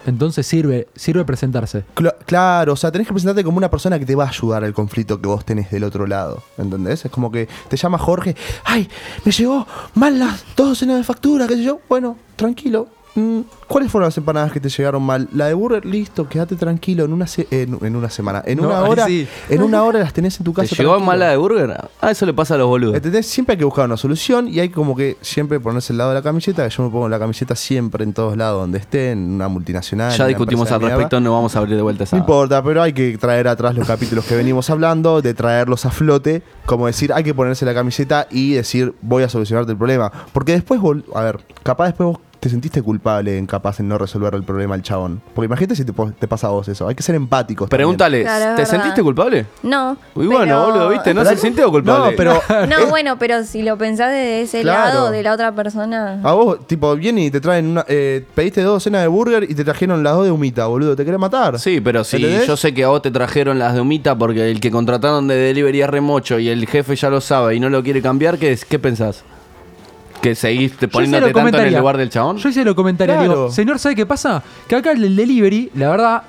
J: Entonces sirve, sirve presentarse.
H: Cla- Claro, o sea, tenés que presentarte como una persona que te va a ayudar al conflicto que vos tenés del otro lado. ¿Entendés? Es como que te llama Jorge, ¡ay! Me llegó mal las dos docenas de factura, qué sé yo. Bueno, tranquilo. Mm, ¿Cuáles fueron las empanadas que te llegaron mal? La de burger, listo, quédate tranquilo. En una, se- en, en una semana, en
K: No,
H: una
K: ahí
H: hora,
K: sí.
H: en una hora las tenés en tu
K: ¿Te
H: casa.
K: llegó
H: tranquilo.
K: mala de burger? Ah, eso le pasa a los boludos.
H: ¿Entendés? Siempre hay que buscar una solución y hay como que siempre ponerse el lado de la camiseta, que yo me pongo la camiseta siempre en todos lados donde esté, en una multinacional. en
K: Ya
H: una
K: discutimos
H: empresa
K: al
H: de mierda.
K: respecto, no vamos a abrir de vuelta esa.
H: No importa, pero hay que traer atrás los capítulos que venimos hablando, de traerlos a flote, como decir, hay que ponerse la camiseta y decir, voy a solucionarte el problema. Porque después, vol- a ver, capaz después vos te sentiste culpable, incapaz en no resolver el problema al chabón. Porque imagínate si te, po- te pasa a vos eso, hay que ser empáticos. también.
K: Pregúntale,
N: Claro, es
K: ¿te
N: verdad.
K: sentiste culpable?
N: No.
K: Uy, bueno,
N: pero-
K: boludo, ¿viste? No se sintió culpable.
H: No, pero
N: No, bueno, pero si lo pensás desde ese
H: Claro.
N: lado de la otra persona.
H: a vos, tipo, vienen y te traen una... eh, pediste dos docenas de burger y te trajeron las dos de humita, boludo, te querés matar.
K: Sí, pero si
H: ¿Entendés?
K: yo sé que a vos te trajeron las de humita porque el que contrataron de delivery es remocho y el jefe ya lo sabe y no lo quiere cambiar, ¿qué, es? ¿Qué pensás? ¿Que seguís te poniéndote tanto en el lugar del chabón?
J: Yo hice lo comentario.
K: Claro.
J: Digo, señor, ¿sabe qué pasa? Que acá el del delivery, la verdad.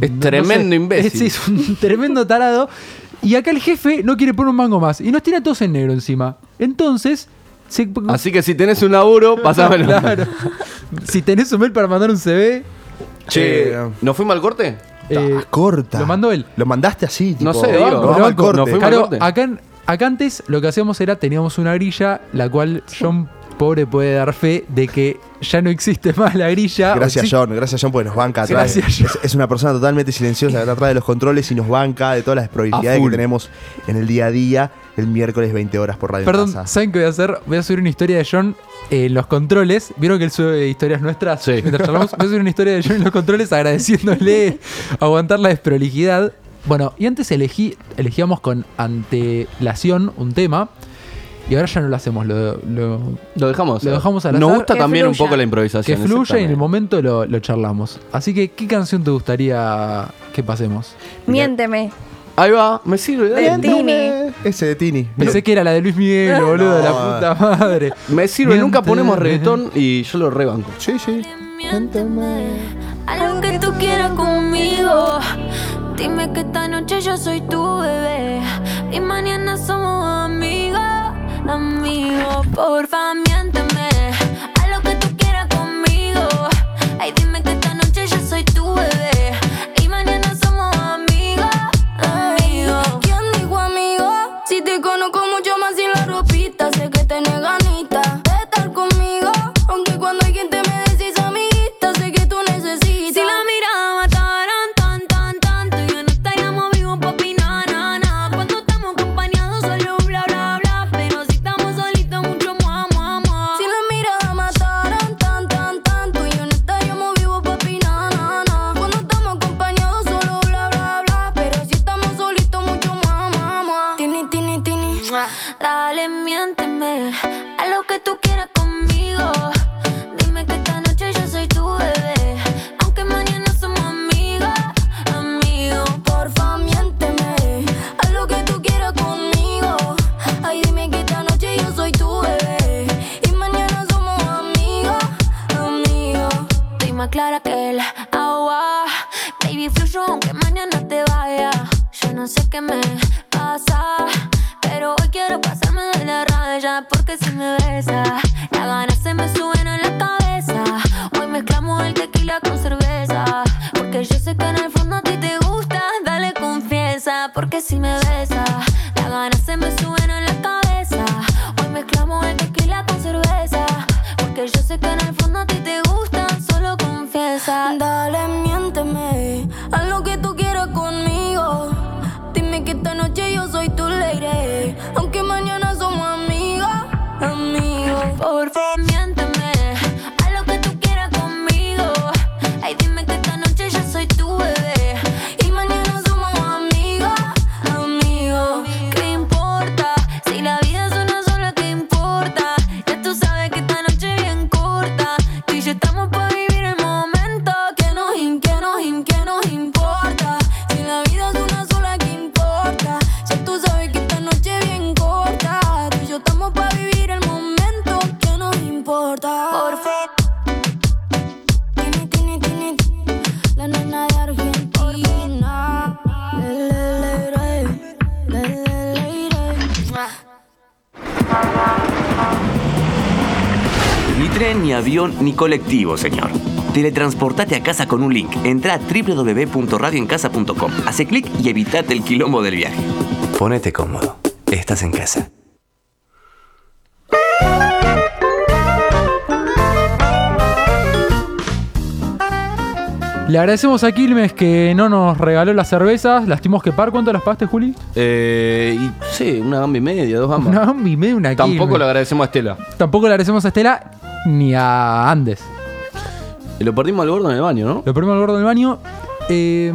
J: Es
K: tremendo imbécil.
J: Es, es un tremendo tarado. Y acá el jefe no quiere poner un mango más. Y nos tiene a todos en negro encima. Entonces. se-
K: Así que si tenés un laburo, pasámelo.
J: Claro. Si tenés un mail para mandar un CV.
K: Che,
J: Eh,
K: ¿no fuimos al corte?
J: eh,
H: corta.
J: Lo mandó él.
H: Lo mandaste así, tipo,
J: No sé,
H: lo
J: digo,
H: vamos al corte.
J: Claro, acá, en- acá antes lo que hacíamos era teníamos una grilla, la cual John pobre puede dar fe de que ya no existe más la grilla.
H: Gracias,
J: Exi-
H: John. Gracias, John, porque nos banca atrás.
J: Ah, Gracias,
H: Es, es una persona totalmente silenciosa que está atrás de los controles y nos banca de todas las
J: A
H: probabilidades que
J: full.
H: tenemos en el día a día, el miércoles 20 horas por radio. en
J: Perdón,
H: casa.
J: ¿saben qué voy a hacer? Voy a subir una historia de John en los controles. ¿Vieron que él sube historias nuestras? Mientras charlamos, voy a subir una historia de John en los controles agradeciéndole aguantar la desprolijidad. Bueno, y antes elegí, elegíamos con antelación un tema. Y ahora ya no lo hacemos, lo, lo,
K: Lo dejamos.
J: lo dejamos al
K: Nos
J: azar.
K: gusta también un poco la improvisación.
J: Que fluya y en
K: exactamente.
J: el momento lo, lo charlamos. Así que, ¿qué canción te gustaría que pasemos?
N: Miénteme.
K: Ahí va, me sirve. dale.
N: De Tini.
H: Ese de Tini.
J: Pensé que era la de Luis Miguel, boludo, de
K: No.
J: la puta madre.
K: Me sirve, nunca ponemos
J: Miénteme.
K: reggaetón y yo lo rebanco.
H: Sí, sí.
M: Algo que tú quieras conmigo. Dime que esta noche yo soy tu bebé. Y mañana somos amigos. Amigo, porfa, miénteme. Haz lo que tú quieras conmigo. Ay, dime que esta noche yo soy tu bebé. Y mañana somos amigos. Amigo.
O: ¿Quién dijo amigo? Si te conozco mucho más sin la ropita, sé que tenés ganita de estar conmigo. Aunque cuando hay gente me decís amiguita, sé que tú necesitas.
M: Si la miraba taran tan tan tanto y yo no estaríamos vivos papi na na na Cuando estamos acompañados solo bla bla bla Pero si estamos solitos mucho mua mua mua
O: Si la mirada mataran tan tan tanto y yo no estaríamos vivos papi na na na. Cuando estamos acompañados solo bla bla bla, pero si estamos solitos mucho más más más. Tini tini tini.
M: Dale miénteme a lo que tú quieras conmigo Dime que esta noche yo soy tu bebé Aunque mañana somos amigos
O: Amigo, porfa, miénteme. Haz lo que tú quieras conmigo. Ay, dime que esta noche yo soy tu bebé. Y mañana somos amigos, amigos.
M: Estoy más clara que el agua. Baby, fluyo aunque mañana te vaya. Yo no sé qué me pasa. Pero hoy quiero pasarme de la raya. Porque si me besa, las ganas se me suben a la cabeza. Hoy mezclamos el tequila con cerveza. Porque yo sé que en el fondo a ti te gusta. Dale confianza. Porque si me besa, las ganas se me suben a la cabeza. Hoy mezclamos el tequila con cerveza. Porque yo sé que en el fondo a ti te gusta, solo confiesa.
O: Dale, miénteme. Haz lo que tú quieras conmigo. Dime que esta noche yo soy tu lady. Aunque mañana somos amigos, amigos.
M: Por favor, miénteme. Haz lo que tú quieras conmigo. Ay, dime que esta noche yo soy tu bebé.
O: Y mañana somos amigos,
M: Amigo, ¿qué importa? Si la vida es una sola, ¿qué importa? Ya tú sabes que esta noche es bien corta.
B: tren, ni avión, ni colectivo, señor. Teletransportate a casa con un link. Entra a www.radioencasa.com. Hace clic y evitate el quilombo del viaje.
P: Ponete cómodo. Estás en casa.
J: Le agradecemos a Quilmes que no nos regaló las cervezas. Las tuvimos que par. ¿Cuánto las pagaste, Juli?
K: Eh, y, sí, una gamba y media, dos gambas.
J: Una gamba y media, una
K: Tampoco
J: Quilmes.
K: le agradecemos a Estela.
J: Tampoco le agradecemos a Estela ni a Andes.
K: Y Lo perdimos al gordo en el baño, ¿no?
J: Lo perdimos al gordo en el baño. Eh,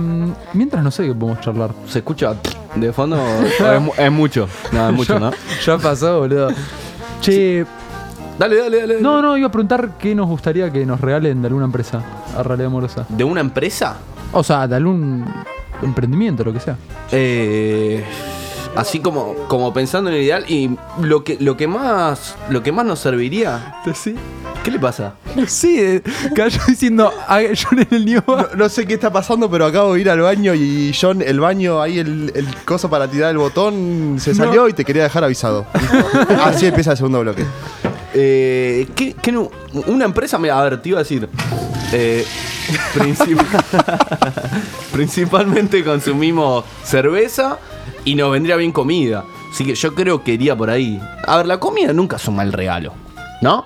J: mientras no sé qué podemos charlar.
K: Se escucha de fondo. es, mu- es mucho. Nada, es Ah, mucho,
J: Ya-
K: ¿no?
J: Ya pasó, boludo. Che.
K: Dale, dale, dale.
J: No, no, iba a preguntar qué nos gustaría que nos regalen de alguna empresa a realidad amorosa.
K: ¿De una empresa?
J: O sea, de algún emprendimiento, lo que sea.
K: Eh, así como, como pensando en el ideal y lo que, lo que más lo que más nos serviría.
J: Sí.
K: ¿Qué le pasa?
J: Sí, cayó diciendo "Ah, John en el
H: No, no sé qué está pasando, pero acabo de ir al baño y John, el baño, ahí el, el coso para tirar el botón se salió y te quería dejar avisado. Así empieza el segundo bloque.
K: Eh, ¿qué- qué no- una empresa, mira, a ver, te iba a decir. eh, princip- principalmente consumimos cerveza y nos vendría bien comida. Así que yo creo que iría por ahí. A ver, la comida nunca es un mal regalo, ¿no?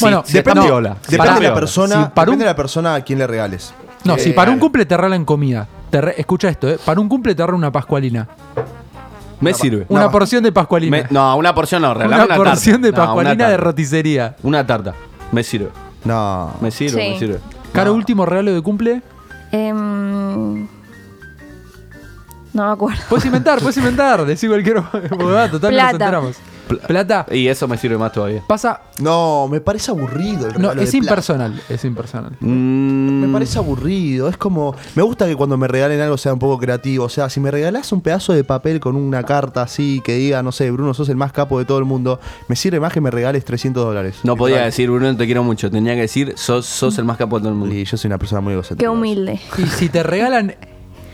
J: Bueno, depende- no,
H: Depende,
J: Pará.
H: de, la persona,
J: Si para un-
H: depende de la persona a quien le regales.
J: No,
H: Eh,
J: si para un cumple te regalan comida. Te re- escucha esto, ¿eh? Para un cumple te regalan una pascualina.
K: Me sirve.
J: Una porción de pascualina.
K: Me- no, una porción no, regalame
J: una,
K: una, tarta.
J: porción de
K: No, una
J: pascualina de
K: tarta.
J: roticería.
K: Una tarta. Me sirve.
H: No.
K: Me sirve,
M: Sí.
K: me sirve.
J: Caro, último regalo de cumple.
M: Em, no me acuerdo.
J: Puedes inventar, puedes inventar. Decí cualquier bobada, total, no
M: Plata.
J: nos enteramos. Plata.
K: Y eso me sirve más todavía.
J: Pasa.
H: No, me parece aburrido el
J: No,
H: regalo.
J: es
H: de plata.
J: impersonal, es impersonal.
K: Mm.
H: Me parece aburrido, es como. Me gusta que cuando me regalen algo sea un poco creativo. O sea, si me regalás un pedazo de papel con una carta así que diga, no sé, Bruno, sos el más capo de todo el mundo, me sirve más que me regales 300 dólares.
K: No podía decir, Bruno, te quiero mucho. Tenía que decir, sos, sos el más capo de todo el mundo.
H: Y yo soy una persona muy egocéntrica.
M: Qué humilde.
J: Y si te regalan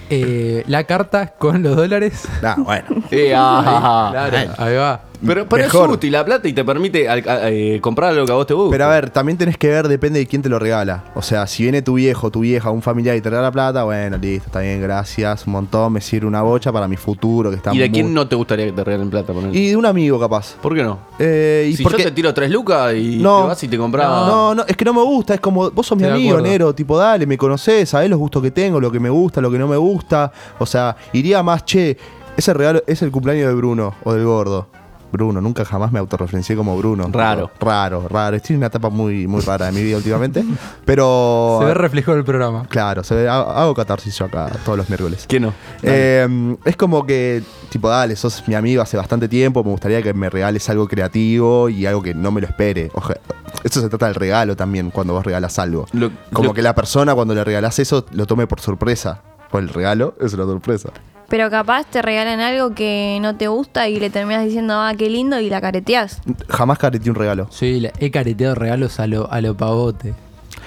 J: eh, la carta con los dólares.
H: Ah, bueno.
K: ah,
J: Claro, ahí va.
K: Pero, pero es
H: Mm. Mejor.
K: útil la plata y te permite al- a- eh, comprar lo que a vos te gusta.
H: Pero a ver, también tenés que ver, depende de quién te lo regala. O sea, si viene tu viejo, tu vieja, un familiar y te regala plata, bueno, listo, está bien, gracias, un montón, me sirve una bocha para mi futuro que está
K: ¿Y de
H: muy-
K: quién no te gustaría que te regalen plata? ponele?
H: Y de un amigo, capaz.
K: ¿Por qué no?
H: Eh, y
K: si
H: porque-
K: yo te tiro tres lucas y
H: No.
K: te vas y te compras.
H: No, no, es que no me gusta, es como, vos sos mi
K: Estoy de
H: amigo,
K: acuerdo.
H: Nero, tipo, dale, me conocés, sabés los gustos que tengo, lo que me gusta, lo que no me gusta. O sea, iría más, che, ese regalo es el cumpleaños de Bruno o del gordo. Bruno, nunca jamás me autorreferencié como Bruno.
K: Raro.
H: Raro, raro. Estoy en una etapa muy, muy rara de mi vida últimamente. Pero.
J: Se ve reflejado en el programa.
H: Claro, se ve- hago, hago catarsis yo acá todos los miércoles.
K: ¿Qué no?
H: Eh, es como que, tipo, dale, sos mi amigo hace bastante tiempo, me gustaría que me regales algo creativo y algo que no me lo espere. Oje- Eso se trata del regalo también, cuando vos regalas algo.
K: Lo-
H: como
K: lo-
H: que la persona cuando le regalás eso lo tome por sorpresa. O el regalo es una sorpresa.
M: Pero capaz te regalan algo que no te gusta y le terminas diciendo, ah, qué lindo, y la careteás.
H: Jamás careteé un regalo.
J: Sí, la- he careteado regalos a lo, a lo pavote.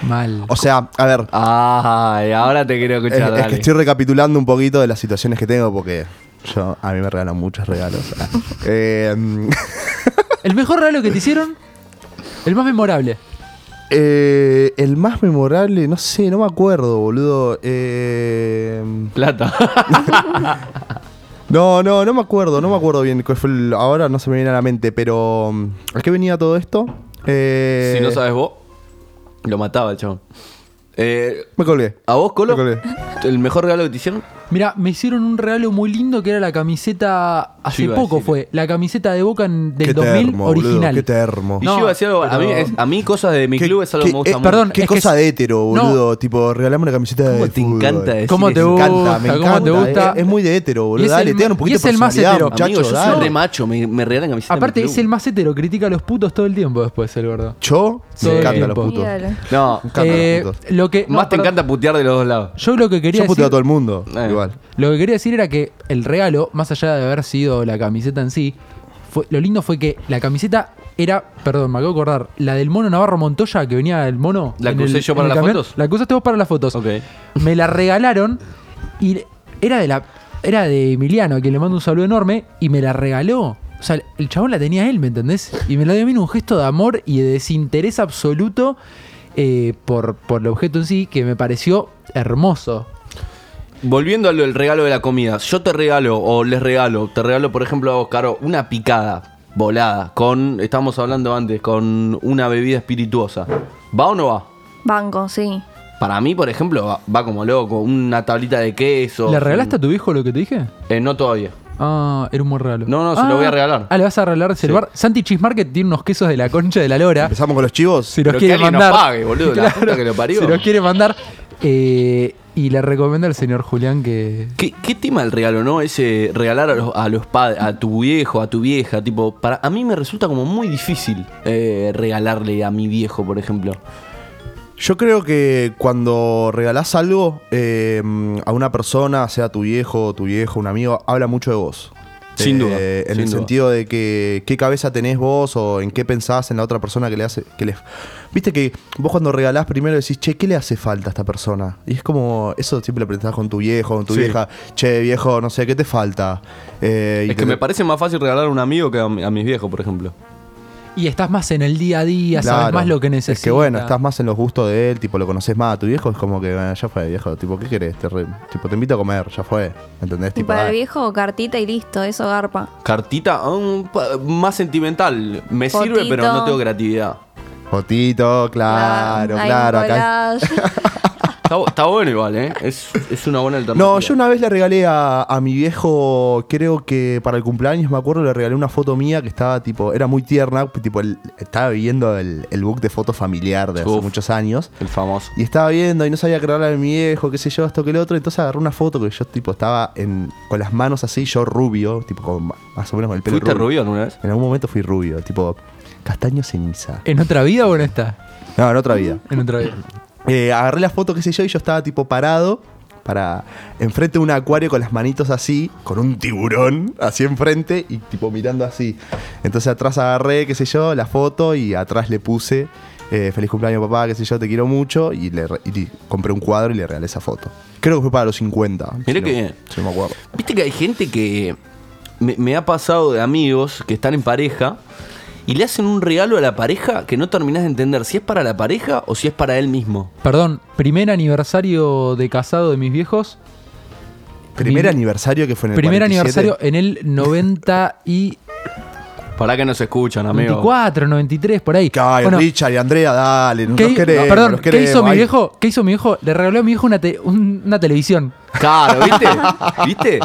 J: Mal.
H: O sea, a ver.
K: Ay, Ah, ahora te quiero
H: Es,
K: escuchar.
H: es que
K: dale.
H: estoy recapitulando un poquito de las situaciones que tengo porque yo a mí me regalan muchos regalos. eh,
J: El mejor regalo que te hicieron, el más memorable.
H: Eh, el más memorable, no sé, no me acuerdo, boludo. Eh,
K: Plata.
H: no, no, no me acuerdo, no me acuerdo bien cuál fue el- Ahora no se me viene a la mente, pero. mm, ¿A qué venía todo esto? Eh,
K: Si no sabes vos, lo mataba el chabón. Eh,
H: Me colgué.
K: ¿A vos, Colo? ¿El mejor regalo que te hicieron?
J: Mira, me hicieron un regalo muy lindo que era la camiseta. Hace
K: iba a
J: poco fue. La camiseta de Boca en- del
H: Qué
J: 2000
H: termo, boludo,
J: original.
H: qué termo.
K: Y yo iba a decir algo, a, mí,
J: pero-
K: es- a mí cosas de mi club es algo que me gusta
H: eh,
K: mucho.
H: perdón, qué cosa de hétero, boludo. Tipo, regalame una camiseta de.
K: te encanta decir
J: ¿Cómo te
H: Me
J: gusta?
H: encanta, me
J: ¿Cómo te
H: encanta,
J: gusta?
H: eh, Es, muy de hétero,
J: Y
H: boludo.
J: es
H: Dale,
J: el
H: te dan un
J: ma-
H: poquito
J: y es
H: de
J: el más
H: personalidad,
J: hetero.
H: muchacho,
K: Amigo, yo soy
H: dale.
K: re macho, me, me regalan camisetas.
J: Aparte, es el más hetero. Critica a los putos todo el tiempo después, el gordo.
H: Yo,
J: Todo
H: me
J: el
H: encantan los
J: tiempo.
H: putos.
K: No,
J: Eh, lo que, no,
K: más te
J: perdón.
K: encanta putear de los dos lados.
J: Yo lo que quería
H: Yo puteo a
J: decir. Eh.
H: todo el mundo, igual.
J: Lo que quería decir era que el regalo, más allá de haber sido la camiseta en sí, fue, lo lindo fue que la camiseta era, perdón, me acabo de acordar, la del mono Navarro Montoya, que venía el mono.
K: ¿La
J: en
K: que usé
J: el-
K: yo
J: en
K: para
J: el
K: las
J: camión.
K: fotos?
J: La que usaste vos para las fotos.
K: Ok.
J: Me la regalaron y era de la. Era de Emiliano, a quien le mando un saludo enorme, y me la regaló. O sea, el chabón la tenía él, ¿me entendés? Y me la dio a mí en un gesto de amor y de desinterés absoluto eh, por, por el objeto en sí, que me pareció hermoso.
K: Volviendo al regalo de la comida, yo te regalo o les regalo, te regalo por ejemplo a vos, Caro, una picada volada con, estábamos hablando antes, con una bebida espirituosa. ¿Va o no va?
M: Banco, sí.
K: Para mí, por ejemplo, va, va como loco, una tablita de queso.
J: ¿Le regalaste a tu viejo lo que te dije?
K: Eh, no todavía.
J: Ah, era un buen regalo.
K: No, no, se lo voy a regalar.
J: Ah, le vas a regalar ese bar. Santi Cheese Market tiene unos quesos de la concha de la lora.
H: Empezamos con los chivos.
J: Si los
K: Pero que
J: quiere
K: alguien nos
J: mandar.
K: pague, boludo, la puta que lo parió.
J: Si los quiere mandar. eh, y le recomiendo al señor Julián que.
K: ¿Qué, qué tema el regalo, no? Ese regalar a los, a los padres, a tu viejo, a tu vieja, tipo, para a mí me resulta como muy difícil eh, regalarle a mi viejo, por ejemplo.
H: Yo creo que cuando regalás algo eh, a una persona, sea tu viejo, tu viejo, un amigo, habla mucho de vos. Eh,
K: Sin duda,
H: En
K: sin
H: el
K: duda.
H: sentido de que qué cabeza tenés vos o en qué pensás en la otra persona que le hace. Que le, Viste que vos cuando regalás primero decís, che, ¿qué le hace falta a esta persona? Y es como, eso siempre lo pensás con tu viejo, con tu
K: Sí.
H: vieja. Che, viejo, no sé, ¿qué te falta? Eh, y
K: Es que
H: te-
K: me parece más fácil regalar a un amigo que a, mi- a mis viejos, por ejemplo.
J: Y estás más en el día a día, sabes
H: Claro.
J: más lo que necesitas.
H: Es que bueno, estás más en los gustos de él, tipo, lo conoces más. Tu viejo es como que, bueno, ya fue, viejo, tipo, ¿qué querés? Te re- tipo, te invito a comer, ya fue. ¿Entendés?
M: Y
H: Tipo,
M: para el
H: ah,
M: viejo, cartita y listo, eso garpa.
K: Cartita ah, un pa- más sentimental. Me sirve,
M: Fotito.
K: pero no tengo creatividad.
H: Fotito, claro,
M: Ay,
H: claro. Acá.
M: Nicolás.
K: Está, bu- está bueno igual, ¿eh? Es, es una buena alternativa.
H: No, yo una vez le regalé a, a mi viejo, creo que para el cumpleaños, me acuerdo, le regalé una foto mía que estaba tipo, era muy tierna, tipo, él estaba viviendo el, el book de fotos familiar de hace
K: Uf.
H: muchos años.
K: El famoso.
H: Y estaba viendo y no sabía crearla de mi viejo, qué sé yo, esto que el otro. Entonces agarré una foto que yo tipo estaba en, con las manos así, yo rubio, tipo con, más o menos con el pelo
K: ¿Fuiste rubio alguna vez?
H: En algún momento fui rubio, tipo castaño ceniza.
J: ¿En otra vida o en esta?
H: No, en otra vida.
J: En otra vida.
H: Eh, agarré la foto, qué sé yo, y yo estaba tipo parado para enfrente de un acuario con las manitos así, con un tiburón así enfrente y tipo mirando así. Entonces atrás agarré, qué sé yo, la foto y atrás le puse eh, feliz cumpleaños papá, qué sé yo, te quiero mucho y le re- y compré un cuadro y le regalé esa foto. Creo que fue para los 50.
K: Mirá
H: si no-
K: qué bien.
H: Si no me acuerdo.
K: Viste que hay gente que me, me ha pasado de amigos que están en pareja y le hacen un regalo a la pareja que no terminás de entender si es para la pareja o si es para él mismo.
J: Perdón, primer aniversario de casado de mis viejos.
H: Primer
J: Mi-
H: aniversario que fue en el
J: Primer
H: 47.
J: aniversario en el 90 y
K: Para que nos escuchan, amigo.
J: 94, 93, por ahí.
H: Ay,
J: Bueno,
H: Richard y Andrea, dale, nos
J: ¿qué,
H: los queremos,
J: no, perdón,
H: los
J: ¿qué
H: queremos,
J: hizo mi
H: ay.
J: viejo? ¿Qué hizo mi viejo? Le regaló a mi viejo una, te- un- una televisión.
K: Claro, ¿viste? ¿Viste?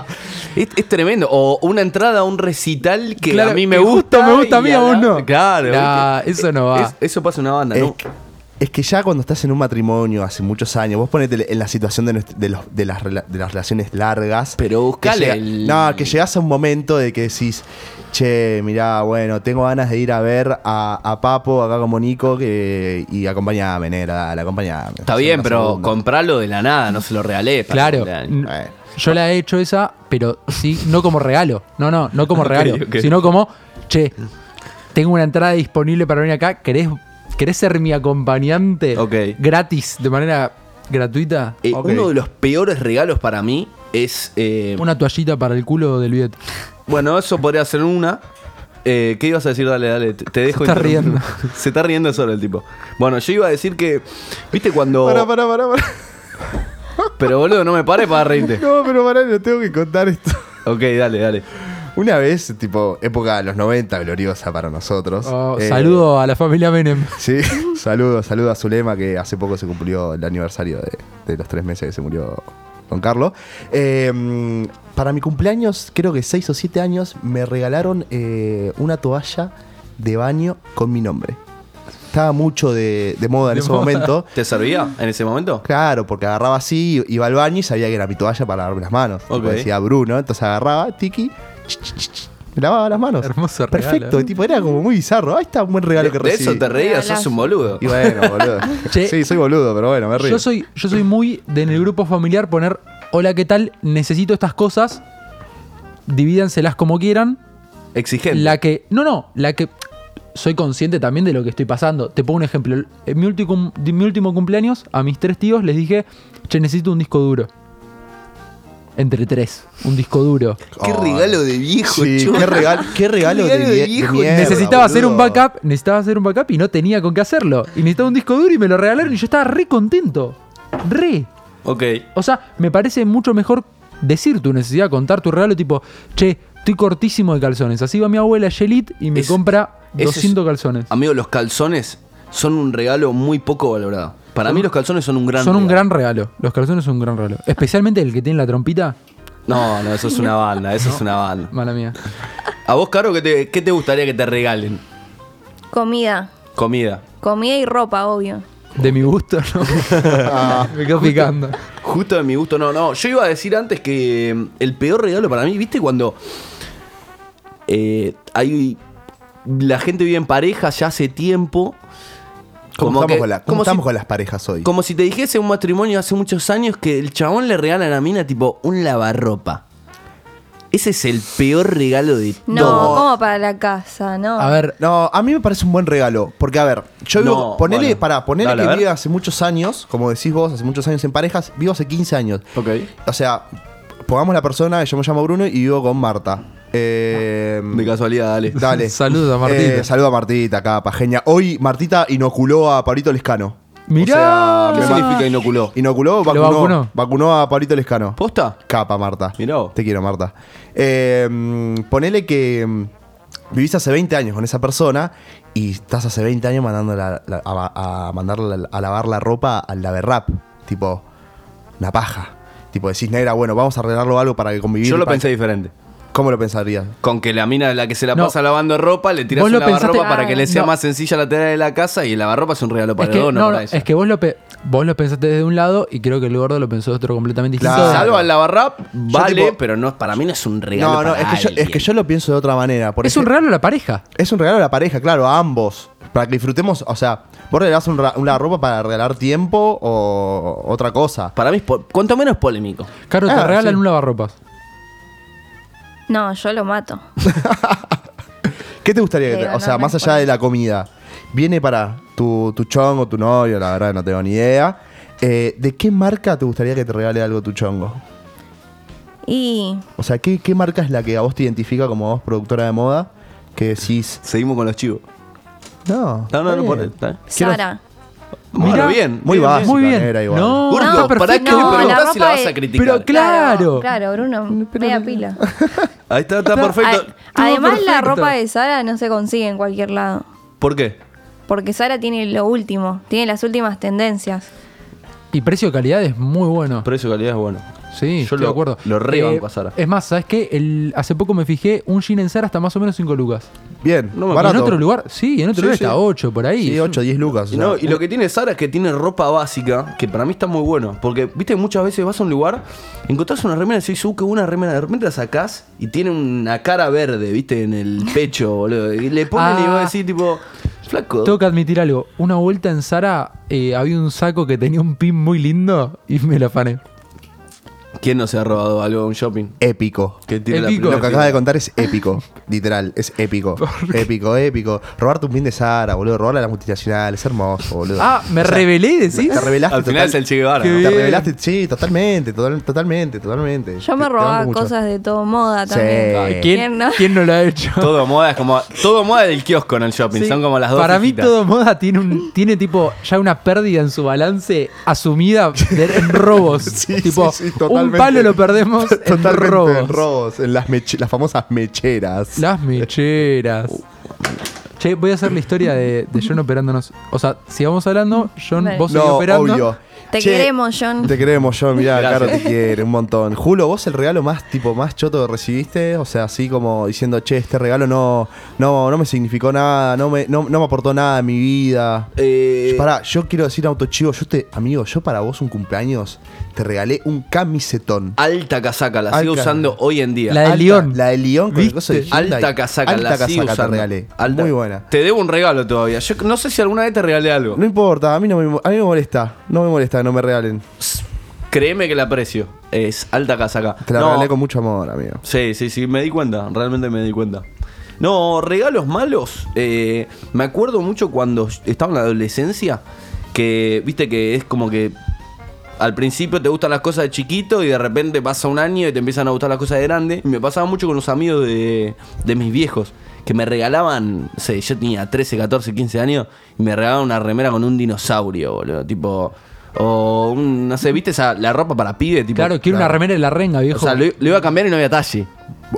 K: Es, es tremendo. O una entrada a un recital que
J: Claro,
K: a mí me
J: que
K: gusta.
J: justo me gusta a mí,
K: y
J: a vos
K: la-
J: no.
K: Claro.
J: Nah, eso no va.
K: eso pasa en una banda, ¿no?
H: Es que ya cuando estás en un matrimonio hace muchos años, vos ponete en la situación de, nuestro- de los- de las, rela- de las relaciones largas.
K: Pero buscale
H: Que llega-
K: el-
H: No, que llegás a un momento de que decís, che, mirá, bueno, tengo ganas de ir a ver a, a Papo acá como Nico que, y acompañame, negra, dale, acompañame.
K: Está
H: Hacer
K: bien,
H: una
K: pero
H: segunda.
K: compralo de la nada, no se lo regalé. para
J: Claro.
K: el cumpleaños.
J: Yo la he hecho esa, pero sí, no como regalo. No, no, no como
K: Ok,
J: regalo.
K: ok.
J: Sino como, che, tengo una entrada disponible para venir acá. ¿Querés, querés ser mi acompañante
K: Ok.
J: gratis, de manera gratuita?
K: Eh,
J: Ok.
K: Uno de los peores regalos para mí es. eh,
J: Una toallita para el culo del Viet.
K: Bueno, eso podría ser una. Eh, ¿Qué ibas a decir? Dale, dale, te, te dejo.
J: está
K: interrumpir. Se está riendo solo el tipo. Bueno, yo iba a decir que. ¿Viste cuando.?
H: Pará, pará, pará, pará.
K: Pero boludo, no me pares para reírte.
H: No, pero pará, no tengo que contar esto.
K: Ok, dale, dale.
H: Una vez, tipo, época de los 90, gloriosa para nosotros.
J: Oh,
H: eh,
J: Saludo a la familia Menem.
H: Sí, saludo, saludo a Zulema que hace poco se cumplió el aniversario de, de los tres meses que se murió Don Carlos. Eh, mm, para mi cumpleaños, creo que seis o siete años, me regalaron eh, una toalla de baño con mi nombre. Estaba mucho de, de moda en
K: De
H: ese
K: moda.
H: momento.
K: ¿Te servía en ese momento?
H: Claro, porque agarraba así, iba al baño y sabía que era mi toalla para lavarme las manos. Tipo,
K: Ok.
H: Decía Bruno, entonces agarraba, tiki, ch, ch, ch, ch, me lavaba las manos.
J: Hermoso regalo,
H: Ah, Perfecto,
J: ¿eh?
H: tipo, era como muy bizarro. Ahí está un buen regalo
K: De-
H: que
K: de
H: recibí.
K: eso te reías, sos un boludo.
H: Y bueno, boludo.
J: Che.
H: sí, soy boludo, pero bueno, me río.
J: Yo soy, yo soy muy de en el grupo familiar poner, hola, ¿qué tal? Necesito estas cosas. Divídanselas como quieran.
K: Exigente.
J: La que. No, no, la que. Soy consciente también de lo que estoy pasando. Te pongo un ejemplo. En mi último, de mi último cumpleaños, a mis tres tíos les dije, che, necesito un disco duro. entre tres. Un disco duro.
K: Qué regalo de viejo,
H: Oh, Sí,
K: chon.
H: qué regalo- qué regalo de vie- de mierda,
J: Necesitaba hacer un
H: boludo.
J: backup, necesitaba hacer un backup y no tenía con qué hacerlo. Y necesitaba un disco duro y me lo regalaron y yo estaba re contento. Re.
K: Ok.
J: O sea, me parece mucho mejor decir tu necesidad, contar tu regalo, tipo, che, estoy cortísimo de calzones. Así va mi abuela Yelit y me
K: Es-
J: compra
K: ese es-
J: 200 calzones.
K: Amigo, los calzones son un regalo muy poco valorado. Para
J: Son-
K: mí los calzones son un gran
J: son un gran regalo. Los calzones son un gran regalo. Especialmente el que tiene la trompita.
K: No, no, eso es una banda, eso es una banda.
J: Mala mía.
K: ¿A vos, Caro, qué te, qué te gustaría que te regalen?
M: Comida.
K: Comida.
M: Comida y ropa, obvio.
J: De mi gusto, ¿no? me quedo picando.
K: Justo de mi gusto, no, no. Yo iba a decir antes que mm, el peor regalo para mí, ¿viste? Cuando eh, hay. La gente vive en pareja ya hace tiempo.
H: ¿Cómo
K: Como
H: estamos,
K: que-
H: con, la- cómo
K: como si-
H: estamos con las parejas hoy?
K: Como si te dijese un matrimonio hace muchos años que el chabón le regala a la mina tipo un lavarropa. Ese es el peor regalo de
M: No,
K: todo.
M: como para la casa, no.
H: A
J: ver,
H: no, a mí me parece un buen regalo. Porque, a ver, yo vivo.
K: No,
H: ponele,
K: bueno.
H: pará, ponele
K: Dale, a
H: que
K: ver.
H: vivo hace muchos años, como decís vos, hace muchos años en parejas, vivo hace 15 años.
K: Ok.
H: O sea, pongamos la persona, yo me llamo Bruno y vivo con Marta. Eh,
K: De casualidad, dale.
H: Dale.
J: Saludos a Martita.
H: Eh, saludo a Martita acá, pajeña. Hoy Martita inoculó a Pablito Lescano.
J: Mirá.
K: ¿Qué
H: me
K: significa inoculó?
H: Inoculó,
J: ¿Lo
H: vacunó,
J: vacunó?
H: vacunó. a Pablito Lescano.
K: ¿Posta?
H: Capa, Marta.
K: Mirá vos.
H: Te quiero, Marta. Eh, mm, ponele que mm, vivís hace 20 años con esa persona y estás hace 20 años mandándola a la- a, a mandarla a lavar la ropa al laverrap. Tipo, una paja. Tipo, decís, negra, bueno, vamos a arreglarlo algo para que convivir.
K: Yo lo
H: para-
K: pensé diferente.
H: ¿Cómo lo pensarías?
K: Con que la mina es la que se la
J: No.
K: pasa lavando ropa, le tiras
J: Vos
K: un
J: lo
K: lavarropa
J: pensaste- Ah,
K: para que le sea
J: No.
K: más sencilla la tarea de la casa y el lavarropa es un regalo para
J: es que,
K: el dono
J: no,
K: para
J: no,
K: ella.
J: es que vos lo, pe- vos lo pensaste desde un lado y creo que el gordo lo pensó de otro completamente distinto.
H: Claro.
K: Salvo al lavarrap, vale,
H: tipo-
K: pero no, para mí no es un regalo.
H: No, no, es
K: para
H: que, yo, es
K: alguien.
H: que yo lo pienso de otra manera. por
J: es un
H: ejemplo.
J: regalo a la pareja.
H: Es un regalo a la pareja, claro, a ambos. Para que disfrutemos, o sea, vos regalás un ra- una ropa para regalar tiempo o otra cosa.
K: Para mí, es po- cuanto menos polémico.
J: Caro, te
H: Ah,
J: regalan
H: sí.
J: un lavarropas.
M: No, yo lo mato.
H: ¿Qué te gustaría que
M: Le
H: te- O sea,
M: ganaron
H: más allá de la comida, viene para tu, tu chongo, tu novio, la verdad no tengo ni idea. Eh, ¿De qué marca te gustaría que te regale algo tu chongo?
M: Y
H: O sea, ¿qué, qué marca es la que a vos te identifica como vos productora de moda? Que decís,
K: Seguimos con los chivos.
H: no.
K: No, no, no,
H: está
K: por
H: bien.
K: está bien.
H: Quiero-
M: Sara.
K: Bueno,
J: Mirá,
K: bien.
H: Muy
K: bien,
H: básica,
J: Muy bien.
H: negra, igual.
J: No,
K: Gordo,
J: no,
K: ¿para
J: perfecto.
K: qué le
M: No,
K: preguntás
M: la
K: si la
M: ropa
K: vas a
M: es-
K: criticar?
J: Pero claro.
M: Claro, Bruno, media pila.
K: bien. Ahí está, está perfecto.
M: Ad- Además, la
J: perfecto.
M: ropa de Sara no se consigue en cualquier lado.
K: ¿Por qué?
M: Porque Sara tiene lo último, tiene las últimas tendencias.
J: Y precio-calidad es muy bueno.
K: Precio calidad es bueno.
J: Sí,
K: Yo
J: estoy
K: lo-
J: de acuerdo. Eh,
K: lo rebanco a Zara.
J: Es más, ¿sabes qué? El- hace poco me fijé, un jean en Sara está más o menos 5 lucas.
H: Bien,
K: No me-
J: Y
H: barato.
J: en otro lugar, sí, en otro
H: Sí,
J: lugar
H: sí.
J: está 8 por ahí.
H: Sí, 8, 10 lucas. o
K: Y,
H: sea,
K: no, y lo que tiene Sara es que tiene ropa básica, que para mí está muy bueno. Porque, viste, muchas veces vas a un lugar, encontrás una remera y decís, uh, qué buena remera. De repente la sacás y tiene una cara verde, viste, en el pecho, boludo. Y le ponen y
J: Ah.
K: vos decís, tipo, flaco.
J: Tengo que admitir algo. Una vuelta en Sara eh, había un saco que tenía un pin muy lindo y me lo afané.
K: ¿Quién no se ha robado algo en un shopping?
H: Épico.
K: Que tiene la
J: Épico.
K: primera
H: Lo que acabas de
K: fila.
H: contar es épico, literal, es épico. Épico, épico. Robarte un bien de Sara, boludo, robarle a la multinacional, es hermoso, boludo.
J: Ah, me
H: O sea,
J: revelé, decís.
H: Te revelaste
K: Al final
H: total-
K: es el Che Guevara,
J: Qué
K: ¿no?
J: bien.
H: Te revelaste, sí, totalmente, total- totalmente, totalmente. Te-
M: Yo
H: te
M: me
H: banco
M: robaba
H: mucho.
M: cosas de todo moda
H: Sí.
M: también.
H: Ay,
J: ¿Quién,
M: no?
J: quién no lo ha hecho?
K: Todo moda es como. Todo moda del kiosco en el shopping.
J: Sí.
K: Son como las dos.
J: Para
K: hijitas.
J: mí todo moda tiene un tiene tipo ya una pérdida en su balance asumida de- en robos.
H: Sí,
J: tipo,
H: sí, sí,
J: un
H: totalmente.
J: palo lo perdemos en
H: Totalmente en
J: robos.
H: robos. en las, meche- las famosas mecheras.
J: Las mecheras. Che, voy a hacer la historia de, de John operándonos. O sea, sigamos hablando, John,
M: Vale.
J: vos seguís
H: no,
J: operando.
H: obvio.
M: Te
H: Che,
M: queremos, John.
H: Te queremos, John. Mirá,
K: Gracias.
H: Caro te quiere un montón. Julo, vos el regalo más tipo más choto que recibiste, o sea, así como diciendo, che, este regalo no, no, no me significó nada, no me, no, no me aportó nada a mi vida.
K: Eh,
H: Pará, yo quiero decir autochivo, yo te, amigo, yo para vos un cumpleaños te regalé un camisetón.
K: Alta casaca, la
H: Alta.
K: sigo usando hoy en día.
J: La de
H: Alta-
J: León.
H: La de León con el coso de
J: ¿Viste?
H: Hyundai.
K: Alta casaca,
H: Alta
K: la sigo
H: casaca te
K: usando.
H: regalé.
K: Alta.
H: Muy buena.
K: Te debo un regalo todavía. Yo no sé si alguna vez te regalé algo.
H: No importa, a mí no me, a mí me molesta. No me molesta que no me regalen.
K: Créeme que la aprecio. Es alta casaca.
H: Te la
K: No,
H: regalé con mucho amor, amigo.
K: Sí, sí, sí, me di cuenta, realmente me di cuenta. No, regalos malos. eh, me acuerdo mucho cuando estaba en la adolescencia, que viste que es como que Al principio te gustan las cosas de chiquito y de repente pasa un año y te empiezan a gustar las cosas de grande. Y me pasaba mucho con los amigos de, de mis viejos, que me regalaban, no sé, yo tenía 13, 14, 15 años, y me regalaban una remera con un dinosaurio, boludo. Tipo, o un, no sé, ¿viste esa, la ropa para pibe? Tipo,
J: Claro, quiero una remera de la renga, viejo.
K: O sea, lo, lo iba a cambiar y no había talle.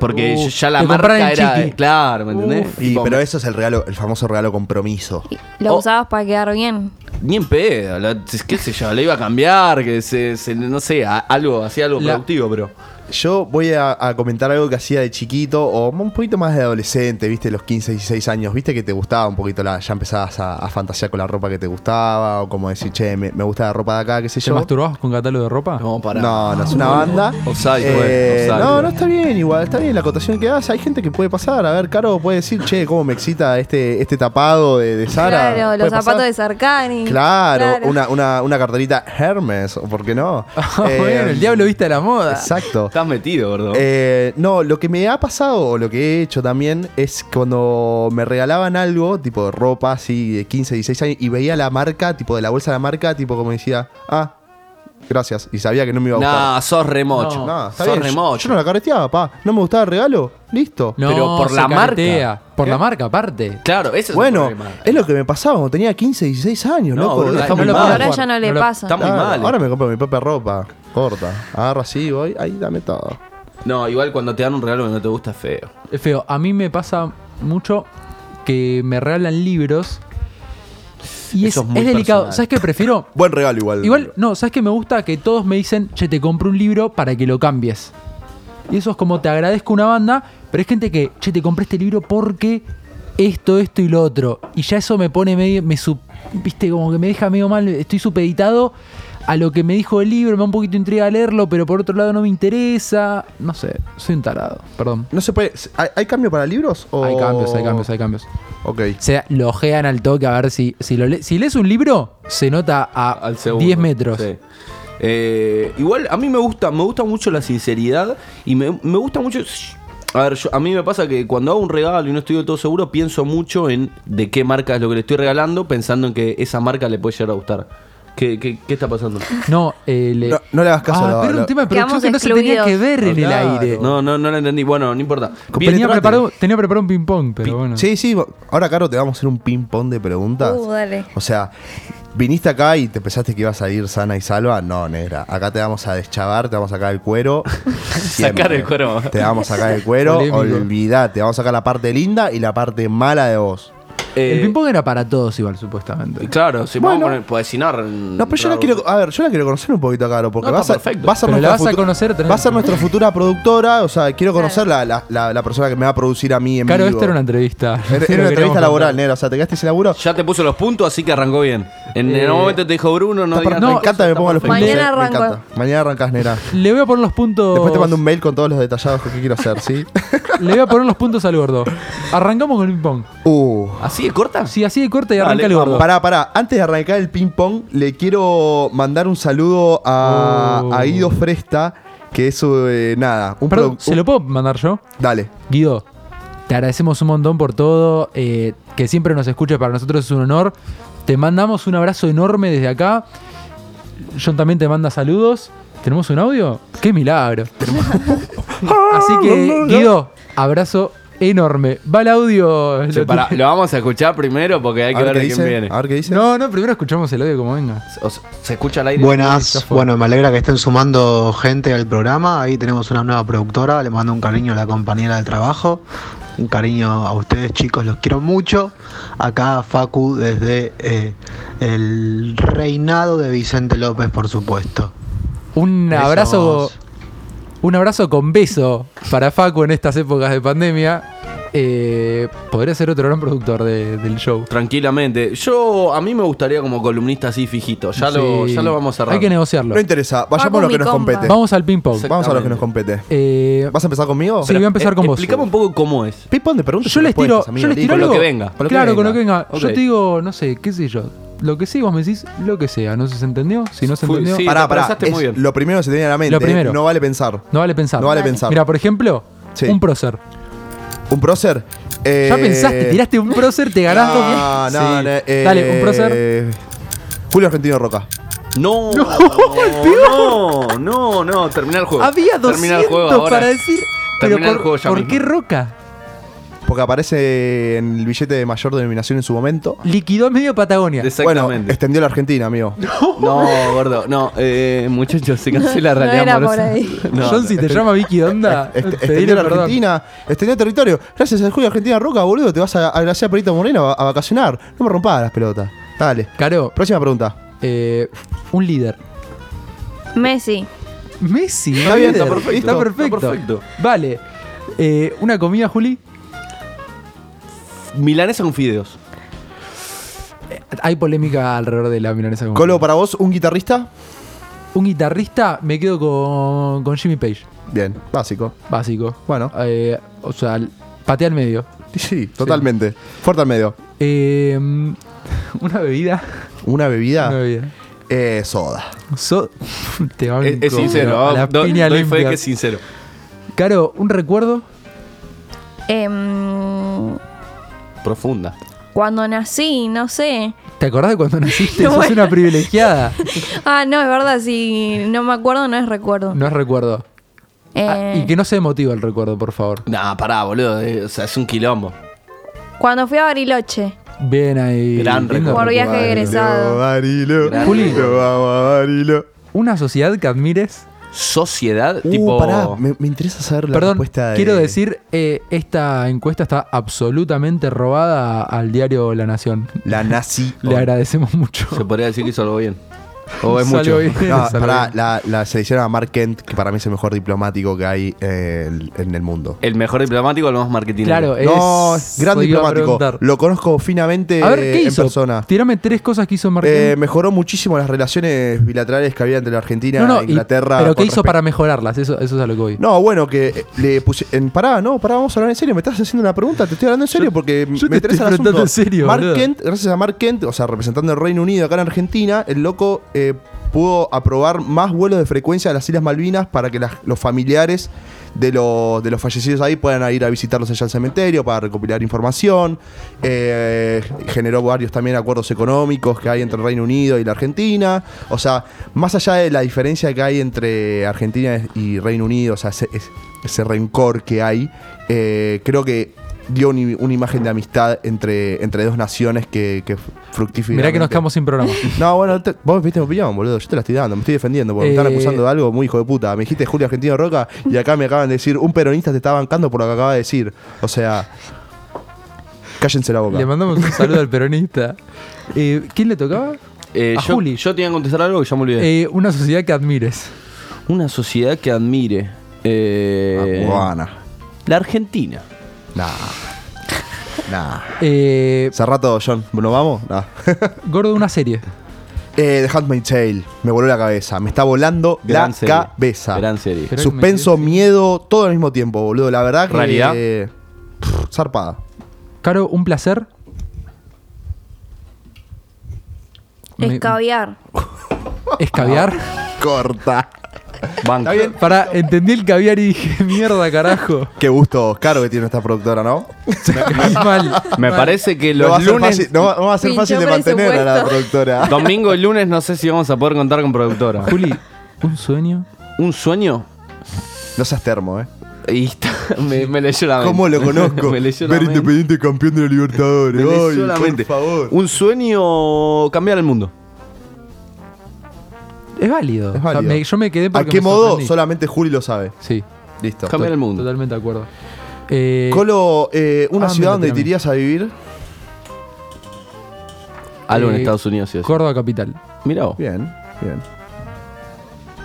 K: Porque
J: Uh,
K: ya la
J: te compraron
K: marca
J: en
K: era.
J: chiqui.
K: Claro, ¿me entendés?
H: Y, pero eso es el regalo, el famoso regalo compromiso.
M: Lo usabas para quedar bien.
K: Ni en pedo, la- qué sé yo, le iba a cambiar, que se, se- no sé, a- algo, hacía algo
H: La-
K: productivo, pero.
H: Yo voy a, a comentar algo que hacía de chiquito o un poquito más de adolescente, viste, los 15, 16 años, viste que te gustaba un poquito, la, ya empezabas a, a fantasear con la ropa que te gustaba o como decir, che, me, me gusta la ropa de acá, qué sé
J: ¿Te
H: yo.
J: masturbabas con catálogo de ropa?
K: No,
H: No, no es una banda.
K: Offside,
H: Eh,
K: güey, offside.
H: no, no está bien, igual, está bien la acotación que hace. Hay gente que puede pasar. A ver, Caro puede decir, che, cómo me excita este, este tapado de, de Sara.
M: claro, los
H: Puede
M: zapatos
H: pasar.
M: de Sarkani.
H: Claro, Una, una, una carterita Hermes, ¿o ¿por qué no?
J: bueno, el diablo viste a la moda.
H: Exacto.
K: Estás metido, gordo.
H: Eh, no, lo que me ha pasado o lo que he hecho también es cuando me regalaban algo, tipo ropa así de 15, 16 años, y veía la marca, tipo de la bolsa de la marca, tipo como decía, ah, gracias, y sabía que no me iba a gustar.
K: Nah, sos remocho.
H: No, está
K: sos
H: bien, yo-
K: remocho.
H: Yo no la carreteaba, pa. No me gustaba el regalo, listo.
J: No,
K: Pero por
J: se
K: la marca.
J: cartea. Por la
K: ¿Eh?
J: marca, aparte.
K: Claro, ese es el
H: Bueno,
K: problema.
H: es lo que me pasaba cuando tenía 15, 16 años,
K: No,
H: loco.
K: boludo,
H: Está
K: está
H: muy
K: muy
H: mal.
M: Ahora ya no le pasa.
K: Está muy
H: Claro,
K: mal.
H: Ahora me compro mi propia ropa, corta. Agarro así, voy, ahí dame todo.
K: No, igual cuando te dan un regalo que no te gusta es feo.
J: Es feo. A mí me pasa mucho que me regalan libros. Y es,
K: Eso es muy
J: es delicado.
K: personal.
J: ¿Sabes qué prefiero?
H: Buen regalo igual.
J: Igual, no, ¿sabes qué me gusta? Que todos me dicen, che, te compro un libro para que lo cambies. Y eso es como te agradezco una banda, pero hay gente que, che, te compré este libro porque esto, esto y lo otro. Y ya eso me pone medio, me sub- viste, como que me deja medio mal, estoy supeditado a lo que me dijo el libro, me da un poquito intriga leerlo, pero por otro lado no me interesa. No sé, soy un tarado, perdón.
H: No se puede. ¿Hay, hay cambio para libros? O...
J: Hay cambios, hay cambios, hay cambios.
H: Ok.
J: O sea, lo ojean al toque a ver si, si, lo le- si lees un libro, se nota a
K: Al segundo,
J: 10 metros.
K: sí. Eh, igual a mí me gusta, me gusta mucho la sinceridad y me, me gusta mucho. A ver, yo- a mí me pasa que cuando hago un regalo y no estoy del todo seguro, pienso mucho en de qué marca es lo que le estoy regalando, pensando en que esa marca le puede llegar a gustar. ¿Qué, qué- qué está pasando?
J: No, eh, le...
H: No, no le hagas caso
J: Ah,
H: a la-
J: pero era
H: la-
J: un tema de producción
M: Quedamos
J: que no se tenía
M: excluidos.
J: que ver en el
H: Claro.
J: aire.
K: No, no, no la entendí. Bueno, no importa. Bien,
J: Tenía preparado, tenía preparado un ping-pong, pero bueno.
H: Sí, sí. Ahora, Caro, te vamos a hacer un ping-pong de preguntas.
M: Uh, dale.
H: O sea, viniste acá y te pensaste que ibas a ir sana y salva. No, negra. Acá te vamos a deschavar, te vamos a sacar el cuero. Siempre.
K: Sacar el cuero.
H: Te vamos a sacar el cuero.
J: Polémico.
H: Olvídate. Vamos a sacar la parte linda y la parte mala de vos.
K: Eh,
J: El ping-pong era para todos igual, supuestamente.
K: Claro, si
H: Bueno.
K: vamos a poner, pues si no.
H: No, pero yo la quiero. A ver, yo la quiero conocer un poquito a Caro. Porque
K: No,
H: va, a
K: está
H: ser,
K: perfecto.
H: va a ser
J: Pero la
H: nuestra
J: vas a
H: futu-
J: conocer,
H: va a ser nuestra futura productora. O sea, quiero conocer la, la- la- la persona que me va a producir a mí en
J: Claro,
H: vivo.
J: esta era una entrevista.
H: Era, era una entrevista laboral, negra. O sea, te quedaste sin laburo.
K: Ya te puso los puntos, así que arrancó bien. En
H: Eh,
K: el momento te dijo Bruno, no,
H: Está
K: digas
H: perfecto. me
K: nada.
H: encanta, me pongan los puntos.
M: perfecto.
H: eh,
M: Mañana
H: me
M: arranco.
H: encanta. Mañana arrancas, negra.
J: Le voy a poner los puntos.
H: Después te mando un mail con todos los detallados que quiero hacer, ¿sí?
J: Le voy a poner los puntos al gordo. Arrancamos con el ping-pong.
H: Uh.
K: ¿Así de corta?
J: Sí, así de corta y arranca
K: Dale,
J: el gordo.
H: Pará, Ah, pará. Antes de arrancar el ping-pong, le quiero mandar un saludo a,
J: Oh.
H: a Guido Fresta, que es, eh, nada, un
J: Perdón,
H: produ-
J: ¿se lo puedo mandar yo?
H: Dale.
J: Guido, te agradecemos un montón por todo, eh, que siempre nos escuche, para nosotros es un honor. Te mandamos un abrazo enorme desde acá. John también te manda saludos. ¿Tenemos un audio? ¡Qué milagro! Así que, Guido, abrazo enorme. Va el audio.
K: Che,
J: lo
K: pará,
J: tuyo.
K: lo vamos a escuchar primero porque hay que
H: A ver
K: ver
H: qué
K: de quién
H: dice.
K: viene.
H: A ver qué dice.
J: No, no, primero escuchamos el audio como venga.
K: O sea, ¿Se escucha al aire?
Q: Buenas, bueno, me alegra que estén sumando gente al programa. Ahí tenemos una nueva productora. Le mando un cariño a la compañera de trabajo. Un cariño a ustedes, chicos, los quiero mucho. Acá Facu desde eh, el reinado de Vicente López, por supuesto.
J: Un
Q: Beso a
J: abrazo.
Q: vos.
J: Un abrazo con beso para Facu en estas épocas de pandemia. Eh, podría ser otro gran productor de- del show.
K: Tranquilamente. Yo, a mí me gustaría como columnista así fijito. Ya, lo,
J: Sí.
K: ya lo vamos a cerrar.
J: Hay que negociarlo.
H: No interesa, vayamos a lo que nos compete.
J: Vamos al ping-pong.
H: Vamos a lo que nos compete.
J: Eh,
H: ¿Vas a empezar conmigo?
J: Sí, voy a empezar con vos.
K: eh, Explicame un poco cómo es.
H: Ping-pong de preguntas. y
J: yo les tiro,
H: respuestas, amigo,
J: yo les
H: listo.
J: tiro
K: Con lo
J: algo.
K: que venga.
H: Con lo que
J: claro, con
H: venga.
J: lo que venga. Yo
K: Ok.
J: te digo, no sé, qué sé yo. Lo que sí, vos me decís lo que sea. No sé si se entendió. Si no se
K: Fui-
J: entendió,
K: sí.
H: Pará,
K: lo
H: pará.
K: pensaste muy
H: Ah, es
K: bien.
H: Lo primero que se te viene a la mente.
J: Lo primero.
H: eh, No vale pensar.
J: no vale pensar.
H: No vale pensar.
J: Mira, por ejemplo,
H: Sí.
J: un prócer.
H: ¿Un prócer? Eh,
J: Ya pensaste, tiraste un prócer, te ganás dos.
H: No, no,
J: Sí.
H: no, eh,
J: Dale, un prócer.
H: Julio Argentino Roca.
K: No, no, no, no, no, termina el juego.
J: Había
K: Termina
J: 200
K: el juego ahora.
J: para decir. Pero
K: Termina el
J: por,
K: juego ya
J: ¿por
K: mismo.
J: qué roca?
H: Porque aparece en el billete de mayor denominación en su momento.
J: Liquidó medio Patagonia.
H: Bueno, este- extendió la Argentina, amigo.
K: No, gordo, no, eh, muchachos, se cancela
J: No
K: realidad
J: era por
K: amorosa.
J: ahí. John, si te
K: este-
J: llama Vicky Onda,
H: Est-
J: pedile
H: Este- Extendió la
J: perdón.
H: Argentina, Ah, extendió territorio. Gracias al Julio Argentina Roca, boludo, te vas a, a Gracia Perito Moreno a, a vacacionar. No me rompas las pelotas.
J: Ah.
H: Dale.
J: Caro. Eh,
H: Próxima pregunta.
J: un líder.
M: Messi.
J: Messi,
H: Está bien,
J: líder.
H: está perfecto,
J: Está
H: está
J: perfecto.
H: perfecto.
J: Vale. Eh, ¿Una comida, Juli?
K: Milanesa con fideos.
J: Hay polémica alrededor de la milanesa con
H: Colo, para vos, ¿un guitarrista?
J: Un guitarrista, me quedo con, con Jimmy Page.
H: Bien, básico.
J: Básico. Bueno. o sea, patea al medio.
H: Sí, totalmente. Fuerte al medio.
J: una bebida.
H: ¿Una bebida?
J: Em, Una bebida.
H: Eh, soda.
J: Te banco,
K: Es, es sincero,
J: pero a la
K: ah, do-
J: piña
K: doy fe
J: limpia.
K: que es sincero.
J: Caro, ¿un recuerdo?
M: Em,
K: Profunda.
M: cuando nací, no sé.
J: ¿Te acordás de cuando naciste?
M: No,
J: Sos
M: bueno.
J: una privilegiada.
M: Ah, no, es verdad, si no me acuerdo, no es recuerdo.
J: No es recuerdo. Ah,
H: Ah,
M: Eh,
J: Y que no sea emotivo el recuerdo, por favor.
K: Nah, pará, boludo, eh, o sea, es un quilombo.
M: Cuando fui a Bariloche.
J: Bien ahí.
K: Gran
J: lindo.
K: recuerdo.
M: Por viaje egresado.
H: Barilo.
J: Juli.
H: Barilo.
J: Una sociedad que admires.
K: Sociedad
H: Uh,
K: tipo.
H: pará, me, me interesa saber la
J: Perdón,
H: respuesta de...
J: quiero decir, eh, esta encuesta está absolutamente robada al diario La Nación.
H: La nazi.
J: Le agradecemos mucho.
K: Se podría decir que hizo algo bien. O es
J: Salvo
K: mucho.
J: bien.
H: No,
J: Salvo
H: pará,
J: bien.
H: la, la selección a Mark Kent, que para mí es el mejor diplomático que hay eh, en- en el mundo.
K: El mejor diplomático, el más marketing.
H: no, gran diplomático. Lo conozco finamente
J: A ver, ¿qué
H: en
J: hizo?
H: persona.
J: Tirame tres cosas que hizo Martín.
H: Eh, mejoró muchísimo las relaciones bilaterales que había entre la Argentina
J: no, no,
H: e
J: y-
H: Inglaterra.
J: pero ¿qué
H: con
J: hizo
H: respecto-
J: para mejorarlas? Eso, eso es a lo que voy.
H: No, bueno, que le puse. En, pará, no, pará, vamos a hablar en serio. Me estás haciendo una pregunta, te estoy hablando en serio porque
J: yo
H: me
J: te
H: interesa el
J: estoy
H: asunto.
J: preguntando en serio,
H: Mark
J: boludo.
H: Kent, gracias a Mark Kent, o sea, representando el Reino Unido acá en Argentina, el loco eh, pudo aprobar más vuelos de frecuencia a las Islas Malvinas para que las- los familiares de los, de los fallecidos ahí puedan ir a visitarlos allá al cementerio para recopilar información. Eh, generó varios también acuerdos económicos que hay entre el Reino Unido y la Argentina. O sea, más allá de la diferencia que hay entre Argentina y Reino Unido, o sea, ese, ese- ese rencor que hay, eh, creo que dio un- una imagen de amistad entre, entre dos naciones que, que fructifican.
J: Mirá que nos quedamos sin programa.
H: No, bueno, te- vos viste mi opinión, boludo. Yo te la estoy dando, me estoy defendiendo, porque me están
J: Eh.
H: acusando de algo muy hijo de puta. Me dijiste Julio Argentino Roca y acá me acaban de decir, un peronista te está bancando por lo que acaba de decir. O sea, cállense la boca.
J: Le mandamos un saludo al peronista. Eh, ¿Quién le tocaba?
K: Eh,
J: a
K: yo,
J: Juli.
K: yo tenía que contestar algo que ya me olvidé.
J: Eh, una sociedad que admires.
K: Una sociedad que admire. Eh,
H: La cubana.
K: La Argentina.
H: Nah. Nah.
J: Eh,
H: rato, John. ¿Nos vamos? Nah.
J: Gordo, una serie.
H: Eh, The Handmaid's Tale. Me voló la cabeza. Me está volando
K: Gran
H: Oh, la
K: serie.
H: cabeza.
K: Gran serie.
H: Pero Suspenso, miedo, todo al mismo tiempo, boludo. La verdad que.
K: Realidad.
H: eh, pff, zarpada.
J: Caro, un placer. Me-
M: Escabiar.
J: ¿Escabiar?
H: Ah. Corta.
K: Banco.
J: Para, entendí el caviar y dije, mierda, carajo.
H: Qué gusto caro que tiene esta productora, ¿no?
J: mal.
K: Me parece que
H: No va a
K: los
H: ser
K: lunes.
H: fácil- no va- no va a ser Pinchó fácil de mantener a la presupuesto. productora.
K: Domingo y lunes no sé si vamos a poder contar con productora.
J: Juli, ¿un sueño?
K: ¿Un sueño?
H: No seas termo, ¿eh?
K: Y está- me, me leyó la mente.
H: ¿Cómo lo conozco?
K: me leyó la
H: Ver
K: mente.
H: Independiente campeón de la Libertadores.
K: Me leyó
H: Ay,
K: la
H: por
K: mente.
H: favor.
K: Un sueño cambiar el mundo.
J: Es válido.
H: Es válido.
J: O sea, me- yo me quedé
H: ¿A
J: porque
H: qué
J: me
H: modo?
J: sorprendí.
H: Solamente Juli lo sabe.
J: Sí.
H: Listo.
K: Cambiar el mundo.
J: Totalmente de acuerdo. Eh,
H: Colo, eh, una
J: Ah,
H: ciudad
J: mira,
H: donde te
J: tirame.
H: irías a vivir.
K: Algo en
J: Eh,
K: Estados Unidos. sí o sí.
J: Córdoba Capital.
K: Mirá vos.
H: Bien, bien.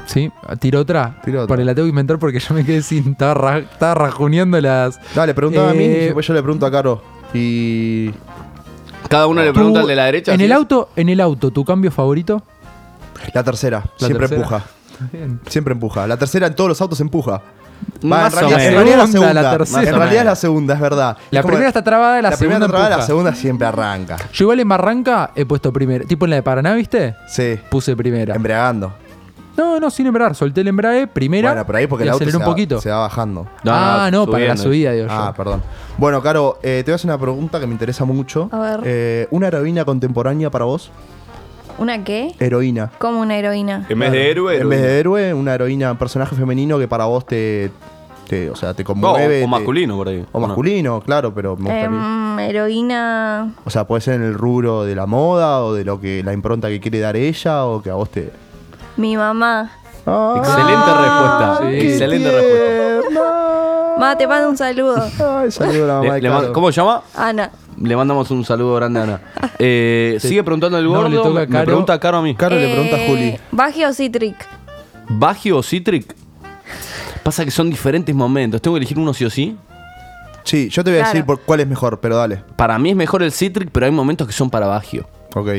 J: Sí, tiro otra.
H: Tiro otra.
J: Para la tengo que inventar porque yo me quedé sin. Estaba, ra- estaba rajuneando las.
H: Dale, preguntame a mí
J: Eh,
H: y después yo le pregunto a Caro. Y.
K: Cada uno le
J: Tú-
K: pregunta al de la derecha.
J: En
K: ¿sí?
J: el auto, en el auto, ¿tu cambio favorito?
H: La tercera.
J: La
H: siempre
J: tercera.
H: empuja.
J: Bien.
H: Siempre empuja. La tercera en todos los autos em-, empuja.
K: Más
H: Ah, en
K: o
H: realidad, en
K: menos.
H: realidad es la
J: Segunda,
H: segunda.
J: la tercera.
H: en
J: Más o
H: realidad es la
J: menos.
H: segunda, es verdad.
J: La
H: Es como-
J: primera está trabada, la
H: primera
J: segunda
H: está trabada, la
J: empuja.
H: segunda siempre arranca.
J: Yo igual en Barranca he puesto primero. Tipo en la de Paraná, ¿viste?
H: Sí.
J: Puse primera.
H: Embriagando.
J: No, no, sin embrar. Solté el embrague, primera.
H: Bueno, pero ahí porque
J: y
H: el auto
J: aceleré
H: se
J: un
H: va-
J: poquito.
H: se va bajando.
J: ah, no, para la subida, digo
H: Ah,
J: yo.
H: perdón. Bueno, Caro, eh, te voy a hacer una pregunta que me interesa mucho.
M: A ver.
H: Eh, ¿Una heroína contemporánea para vos?
M: ¿Una qué?
H: Heroína.
M: Como una
H: Eh,
M: heroína.
I: En vez de héroe,
H: En vez de héroe, una heroína, un personaje femenino que para vos te, te- o sea, te conmueve.
K: Oh, o
H: te-
K: masculino, por ahí.
H: O masculino, claro, pero me gustaría-
M: Em, heroína.
H: O sea, puede ser en el rubro de la moda o de lo que la impronta que quiere dar ella o que a vos te.
M: Mi mamá.
K: Ah,
J: Ah,
K: Excelente respuesta. Excelente respuesta.
M: Ma, te mando un saludo.
H: saludo a la
K: Le- le mando- ¿Cómo se llama?
M: Ana.
K: Le mandamos un saludo grande a Ana. Eh, sigue preguntando el
H: No,
K: gordo.
H: le toca a
K: me- me
H: Caro.
K: pregunta Caro a mí.
H: Caro
M: Eh, Baji o Citric.
K: ¿Bagio o Citric? Pasa que son diferentes momentos. ¿Tengo que elegir uno sí o sí?
H: Sí, yo te voy a
K: Claro.
H: decir por cuál es mejor, pero dale.
K: Para mí es mejor el Citric, pero hay momentos que son para Bagio.
H: Ok.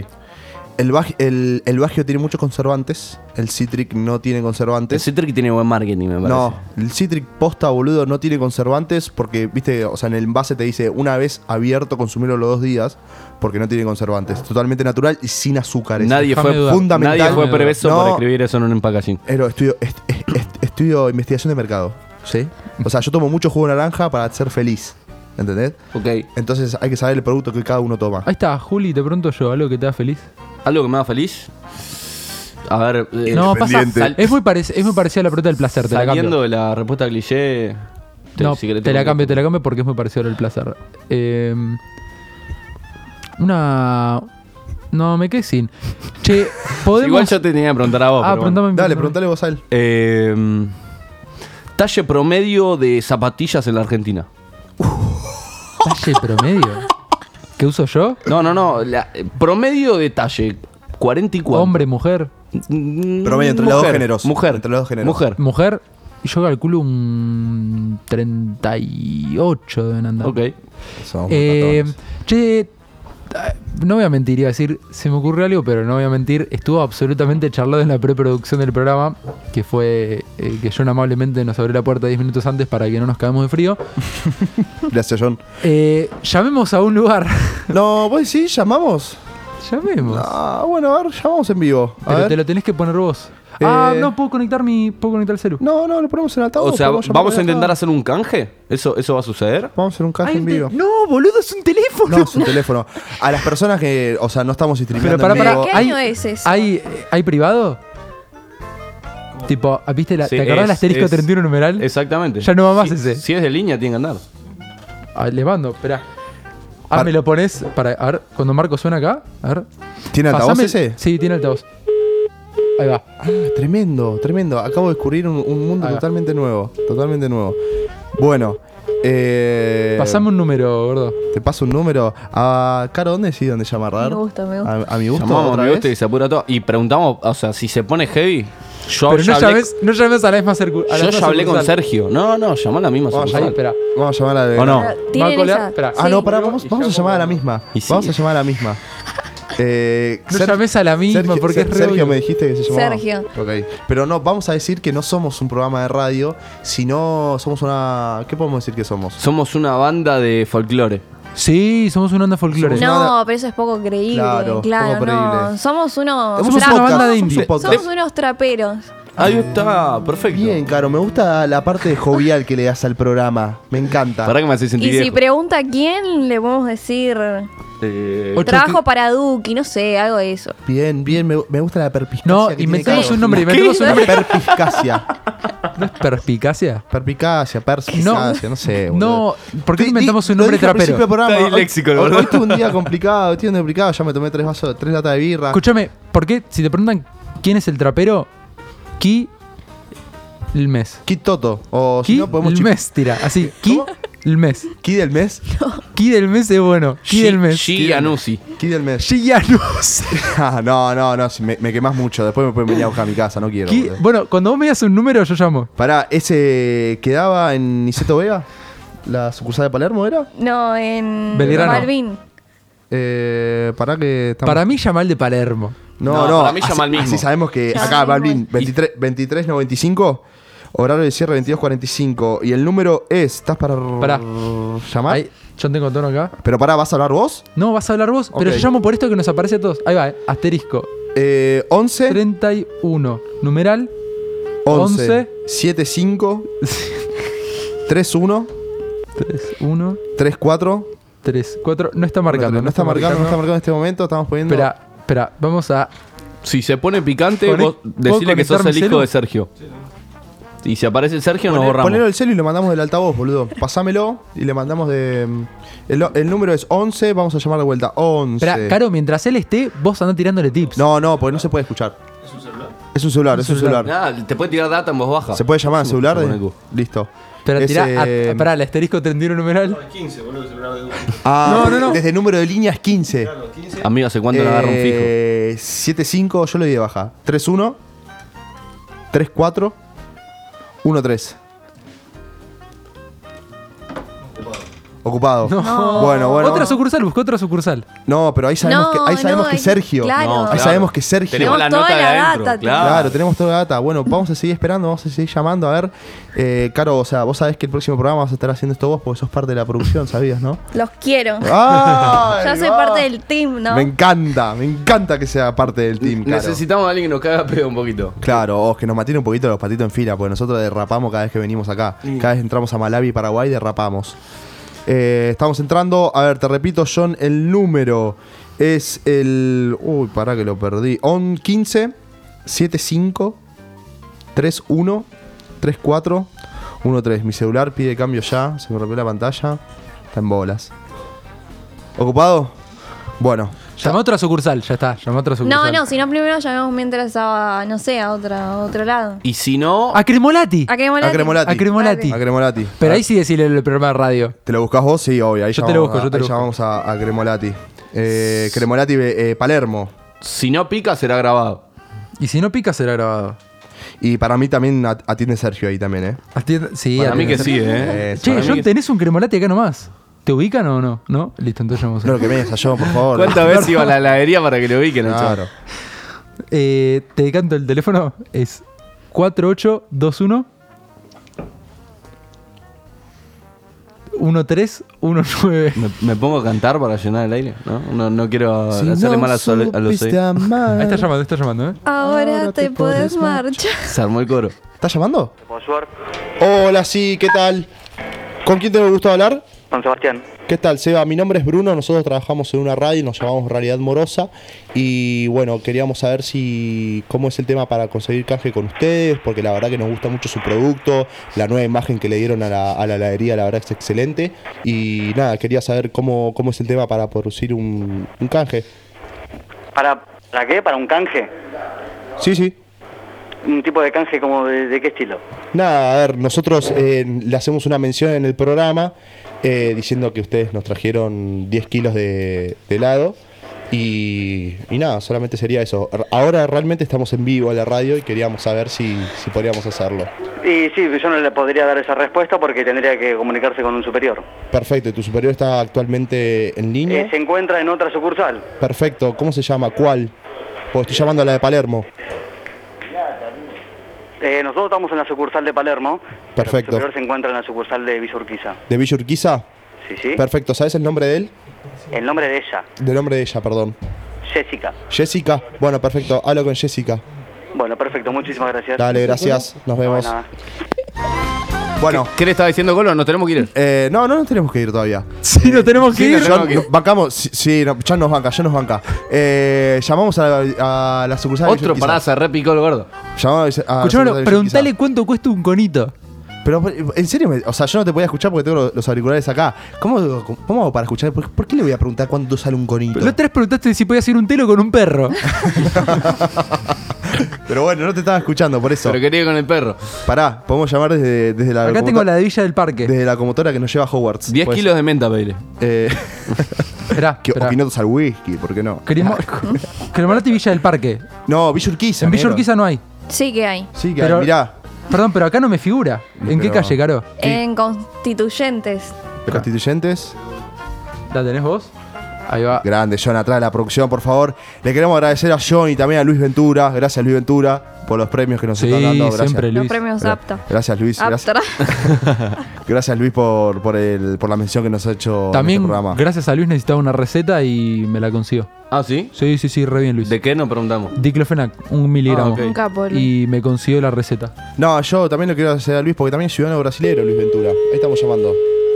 H: El, baj- el, el Bagio tiene muchos conservantes. El Citric no tiene conservantes.
K: El Citric tiene buen marketing, me parece.
H: No, el Citric posta, boludo, no tiene conservantes porque, viste, o sea, en el envase te dice una vez abierto, consumirlo los dos días porque no tiene conservantes. Totalmente natural y sin azúcares.
K: Nadie fue,
H: fundamental.
K: nadie fue preso por
H: No,
K: escribir eso en un packaging.
H: Pero estudio, est- est- est- estudio investigación de mercado, ¿sí? O sea, yo tomo mucho jugo de naranja para ser feliz, ¿entendés?
K: Ok.
H: Entonces hay que saber el producto que cada uno toma.
J: Ahí está, Juli, te pregunto yo, algo que te da feliz.
K: ¿Algo que me haga feliz? A ver. eh,
J: No, pasa. Es muy, parec- es muy parecida a la pregunta del placer, te la cambio.
K: Saliendo este de la respuesta cliché. te-
J: No,
K: si querés
J: te la
K: tengo-
J: cambio, te la cambio porque es muy parecida a la del placer. Eh, una. No, me quedé sin. Che, podemos.
K: Igual yo te tenía que preguntar a vos.
J: Ah,
K: pero bueno.
J: preguntame, Dale,
H: preguntame. vos a él.
K: Eh, talle promedio de zapatillas en la Argentina.
J: ¿Talle promedio? ¿Qué uso yo?
K: No, no, no. la- eh, promedio de talle. 44.
J: Hombre, mujer.
K: Promedio
H: entre los dos géneros.
K: Mm, Mujer.
H: Entre los dos géneros.
K: Mujer.
J: Mujer, yo calculo un 38 deben andar.
K: Ok.
H: Somos
J: Eh, che, ah, no voy a mentir, iba a decir, se me ocurrió algo, pero no voy a mentir. Estuvo absolutamente charlado en la preproducción del programa, que fue eh, que John amablemente nos abrió la puerta 10 minutos antes para que no nos caigamos de frío.
H: Gracias, John.
J: Eh, llamemos a un lugar.
H: No, vos sí, llamamos.
J: Llamemos.
H: Ah, bueno, a ver, llamamos en vivo. A
J: Pero
H: ver.
J: te lo tenés que poner vos. Ah,
H: Eh.
J: no, puedo conectar mi. Puedo conectar el celu.
H: No, no, lo ponemos en altavoz.
K: O sea, vamos a intentar hacer un canje. ¿Eso, eso va a suceder?
H: Vamos a hacer un canje en vivo.
J: No, boludo, es un teléfono.
H: No, es un teléfono. A las personas que, o sea, no estamos streameando
J: Pero para,
H: en
J: para.
H: vivo.
M: ¿Qué año es eso?
J: ¿Hay, ¿hay privado? Tipo, ¿viste la,
K: Sí,
J: ¿te acordás
K: es-
J: del asterisco
K: es-
J: 31 numeral?
K: Exactamente.
J: Ya no va más
K: Si-
J: ese.
K: Si es de línea, tiene que andar.
J: Ah, le mando, espera. Ah, me lo pones para. A ver, cuando Marco suena acá, a ver.
H: ¿Tiene altavoz
J: Pasame-
H: ese?
J: Sí, tiene altavoz. Ahí va.
H: Ah, tremendo, tremendo. Acabo de descubrir un, un mundo
J: Ahí va.
H: totalmente nuevo. Totalmente nuevo. Bueno, eh.
J: Pasame un número, gordo.
H: Te paso un número. A Caro, ¿dónde sí? ¿Dónde llamar?
M: Me gusta, me gusta.
H: A, a mi gusto.
K: Llamamos
H: otra
K: a mi gusto
H: vez.
K: y se apura todo. Y preguntamos, o sea, si se pone heavy. Yo
J: Pero
K: ya
J: no
K: hablé-
J: llames, no llames a la misma circu- a la
K: Yo
J: misma
K: ya hablé con
J: sucursal.
K: Sergio. No, no, llamó a la misma
J: Vamos,
K: sucursal.
J: ahí, espera.
H: Vamos a llamar a la
K: ¿O no?
M: Tienen
J: Marco, le-
M: esa.
J: espera.
H: Ah,
M: Sí.
H: no, pará, vamos, vamos a llamar a la misma. Vamos a llamar a la misma. Eh,
J: No llames a la misma,
H: Sergio-
J: porque es re
H: Sergio
J: obvio.
H: me dijiste que se llamaba.
M: Sergio.
H: Ok. Pero no, vamos a decir que no somos un programa de radio, sino somos una. ¿Qué podemos decir que somos?
K: Somos una banda de folclore.
J: Sí, somos una onda folclore.
M: No, pero eso es poco creíble.
J: Claro,
M: Claro,
J: poco
M: no.
J: creíble.
M: Somos unos.
H: Somos una
M: trapos,
H: banda de indie.
M: Somos
H: Somos un
M: unos traperos.
K: Ahí está, perfecto.
H: Bien, Caro, me gusta la parte jovial que le das al programa. Me encanta.
K: Para que me haces
M: Y si pregunta quién, le podemos decir.
H: Eh,
M: Trabajo para Duki, no sé, algo de eso.
H: Bien, bien, me, me gusta la perpiscacia.
J: No,
H: que tiene
J: inventemos
H: Caro.
J: un nombre, inventemos un nombre.
H: Perpiscacia.
J: ¿No es perspicacia?
H: Perpicacia, perspicacia, no, sé.
J: No, ¿por qué
H: Di-
J: inventamos
H: di-
J: un
H: lo
J: nombre
H: dije al
J: trapero?
H: principio del programa.
K: Está
H: Hoy-
K: disléxico, el
H: hoy,
K: boludo.
H: hoy tuve un día complicado, tuve un día complicado, ya me tomé tres vasos, tres latas de birra.
J: Escúchame, ¿por qué? Si te preguntan quién es el trapero, Ki el mes.
H: Ki Toto. O
J: Ki
H: si no, podemos
J: el
H: chi-
J: mes, tira. Así, Ki el mes.
H: ¿Ki del mes?
J: Ki del mes es bueno. Ki
K: Shi-
J: del mes.
K: Shi Anusi.
H: Ki del mes.
J: Gianus.
H: Ah, no, no, no, si me, me quemás mucho. Después me pueden venir a buscar a mi casa, no quiero.
J: Ki-
H: boludo.
J: Bueno, cuando vos me das un número, yo llamo.
H: Pará, ¿ese quedaba en Niceto Vega? ¿La sucursal de Palermo era?
M: No, en.
J: Belgrano.
M: Malvin.
H: Eh, pará que. estamos-
J: Para mí, llama el de Palermo.
H: No,
K: No,
H: no.
K: para mí
H: así,
K: llama al mismo.
H: así sabemos que
M: Llama
H: Eh, acá
M: al
H: Balvin 23, 23 no 25, horario de cierre 22.45 y el número es, ¿estás para r-
J: Pará.
H: llamar?
J: Ahí, yo tengo tono acá.
H: Pero pará, ¿vas a hablar vos?
J: No, vas a hablar vos, pero
H: Ok.
J: yo llamo por esto que nos aparece a todos. Ahí va, eh, asterisco.
H: Eh, 11
J: 31, numeral
H: 11
J: 11,
H: 75 31
J: 3, 1,
H: 34
J: 3, 4. No está marcando.
H: No está marcando, no está marcando en este momento, estamos poniendo
J: Espera, espera, vamos a
K: Si se pone picante,
H: Conec-
K: vos decirle
H: e- ¿puedo
K: que sos
H: conectar
K: el
H: mi
K: hijo
H: celu?
K: de Sergio. Y si aparece Sergio, nos
H: Poné-
K: borramos.
H: Ponelo el celo y lo mandamos del altavoz, boludo. Pasámelo y le mandamos de. mm, El, el número es 11, vamos a llamar de vuelta. 11.
J: Pero, Caro, mientras él esté, vos andás tirándole tips.
H: No, no, porque no se puede escuchar. ¿Es un celular? Es un celular, es un celular.
K: Nada, te puede tirar data en voz baja.
H: ¿Se puede llamar al
K: Sí,
H: celular?
K: supongo que-
H: Listo.
J: Pero
H: Es,
J: tirá,
H: eh,
J: a- pará, el asterisco 31 numeral.
H: Ah,
J: No, no, no.
H: Desde el número de líneas 15.
K: Amigo, ¿hace cuánto le agarra un fijo?
H: Eh, 75, yo le di de baja. 31 34 13. Ocupado.
J: No.
H: Bueno, bueno.
J: Otra sucursal, buscó otra sucursal.
H: No, pero ahí sabemos
J: No,
H: que, ahí sabemos
J: no,
H: que
J: ahí-
H: Sergio.
J: claro. No,
H: ahí
J: claro.
H: sabemos que Sergio.
K: Tenemos la Tenemos nota toda de la adentro, data, tío.
H: claro.
K: claro.
H: tenemos toda la data. Bueno, vamos a seguir esperando, vamos a seguir llamando. A ver, eh, Caro, o sea, vos sabés que el próximo programa vas a estar haciendo esto vos porque sos parte de la producción, ¿sabías, no?
M: Los quiero.
H: Ay,
M: ya soy
H: va.
M: parte del team, ¿no?
H: Me encanta, me encanta que sea parte del team, Caro.
K: Necesitamos a alguien que nos caga pedo un poquito.
H: Claro, o que nos mantiene un poquito los patitos en fila, porque nosotros derrapamos cada vez que venimos acá. Cada vez entramos a Malawi, Paraguay, derrapamos. Eh, estamos entrando, a ver, te repito, John, el número es el. Uy, pará que lo perdí. On 15 75 31 34 13. Mi celular pide cambio ya, se me rompió la pantalla. Está en bolas. ¿Ocupado? Bueno.
J: Llamó a otra sucursal, ya está. Llamó a otra
M: No,
J: sucursal.
M: no, si no primero llamemos mientras a, no sé, a, otra, a otro lado.
K: Y si no.
J: A Cremolati.
M: A Cremolati.
H: A Cremolati.
J: A Cremolati.
H: A Cremolati.
J: Pero ahí sí decirle el programa de radio.
H: ¿Te lo buscas vos? Sí, obvio. Ahí
J: Yo te lo
H: llamamos
J: busco,
H: a-
J: yo te lo
H: ahí llamamos a, a Cremolati. Eh, Cremolati, eh, Palermo.
K: Si no pica, será grabado.
J: Y si no pica, será grabado.
H: Y para mí también at- atiende Sergio ahí también, ¿eh?
J: Atiende, sí,
H: Para mí que
J: atiende.
H: sí, ¿eh? Eso,
J: Che,
H: para mí
J: John,
H: que-
J: tenés un Cremolati acá nomás. ¿Te ubican o no? ¿No? Listo, entonces llamamos.
H: No lo quemes a John, por favor.
K: ¿Cuántas veces iba a la heladería para que lo ubiquen, el
H: Claro.
K: chaval?
J: Eh, te decanto el teléfono. Es 4821 1319.
K: ¿Me, me pongo a cantar para llenar el aire? No, no, no quiero
J: Si
K: hacerle
J: no
K: mal a, sol- a los
J: supiste
K: seis.
J: Ahí está llamando, ahí está llamando, ¿eh?
M: Ahora, te puedes marchar.
K: Se armó el coro.
H: ¿Estás llamando? Hola, sí, ¿qué tal? ¿Con quién te gusta hablar?
I: Con Sebastián.
H: ¿Qué tal, Seba? Mi nombre es Bruno, nosotros trabajamos en una radio, nos llamamos Realidad Morosa y bueno, queríamos saber si cómo es el tema para conseguir canje con ustedes, porque la verdad que nos gusta mucho su producto, la nueva imagen que le dieron a la, a la heladería, la verdad es excelente y nada, quería saber cómo, cómo es el tema para producir un, un canje.
I: ¿Para, ¿Para qué? ¿Para un canje?
H: Sí, sí.
I: ¿Un tipo de canje como de, de qué estilo?
H: Nada, a ver, nosotros eh, le hacemos una mención en el programa eh, diciendo que ustedes nos trajeron 10 kilos de, de helado. Y, y nada, solamente sería eso. R- Ahora realmente estamos en vivo a la radio y queríamos saber si, si podríamos hacerlo.
I: Y sí, yo no le podría dar esa respuesta porque tendría que comunicarse con un superior.
H: Perfecto, ¿y tu superior está actualmente en línea?
I: Eh, se encuentra en otra sucursal.
H: Perfecto, ¿cómo se llama? ¿Cuál? Pues estoy llamando a la de Palermo.
I: Eh, nosotros estamos en la sucursal de Palermo. pero El
H: Perfecto.
I: superior se encuentra en la sucursal de Visurquiza.
H: ¿De Villa Urquiza?
I: Sí, sí.
H: Perfecto, ¿sabes el nombre de él?
I: El nombre de ella,
H: Del nombre de ella, perdón.
I: Jessica.
H: Jessica. Bueno, perfecto, hablo con Jessica.
I: Bueno, perfecto, muchísimas gracias.
H: Dale, gracias. Nos vemos.
I: No, nada.
H: Bueno.
K: ¿Qué le estaba diciendo Colo? ¿Nos tenemos que ir?
H: Eh, no, no nos tenemos que ir todavía.
J: Sí, nos tenemos
K: que ir.
H: John, no, bancamos, sí, sí, no, ya nos banca, ya nos banca. Eh, llamamos a la, a la sucursal de
K: Otro
H: Villa
K: pará,
H: Urquiza.
K: se repicó el gordo.
H: Llamamos a la sucursal de
J: Escuchame,
H: Villa
J: preguntale cuánto cuesta un conito.
H: Urquiza. Pero, en serio, me- o sea, yo no te podía escuchar porque tengo los, los auriculares acá. ¿Cómo, ¿Cómo hago para escuchar? ¿Por, por qué le voy a preguntar cuánto sale un conito?
J: La otra vez preguntaste si podías ir un telo con un perro.
H: Pero bueno, no te estaba escuchando, por eso.
K: Pero quería ir con el perro.
R: Pues
H: Pará, podemos llamar desde, desde la.
J: Acá tengo
H: locomotora-
J: la de Villa del Parque.
H: Desde la comotora que nos lleva a Hogwarts.
K: 10
H: Pues,
K: kilos de menta, Peire.
H: Eh,
J: Esperá,
H: que, o pinotos al whisky, ¿por qué no?
J: Cremo- Cremolati Villa del Parque.
H: No, Villa Urquiza.
J: En Villa
H: negro.
J: Urquiza no hay.
M: Sí que hay.
H: Sí, que hay, mirá.
J: Perdón, pero acá no me figura. ¿En qué
H: Pero-
J: calle, Caro?
M: En Constituyentes.
H: Constituyentes.
J: ¿La tenés vos? Ahí va.
H: Grande, John, atrás de la producción, por favor. Le queremos agradecer a John y también a Luis Ventura. Gracias, Luis Ventura, por los premios que nos
J: Sí,
H: están dando. Gracias.
J: siempre,
M: Los premios
H: Gra-
M: apta.
H: Gracias, Luis. Gracias,
M: Apta.
H: gracias, Luis, por, por, el, por la mención que nos ha hecho en
J: También,
H: este programa.
J: gracias a Luis, necesitaba una receta y me la consiguió.
K: Ah, ¿sí?
J: Sí, sí, sí, re bien, Luis.
K: ¿De qué nos preguntamos?
J: Diclofenac, un miligramo.
K: Ah, ok. Un
M: capo,
J: Y me consiguió la receta.
H: No, yo también lo quiero agradecer a Luis porque también es ciudadano brasilero, Luis Ventura. Ahí estamos llamando.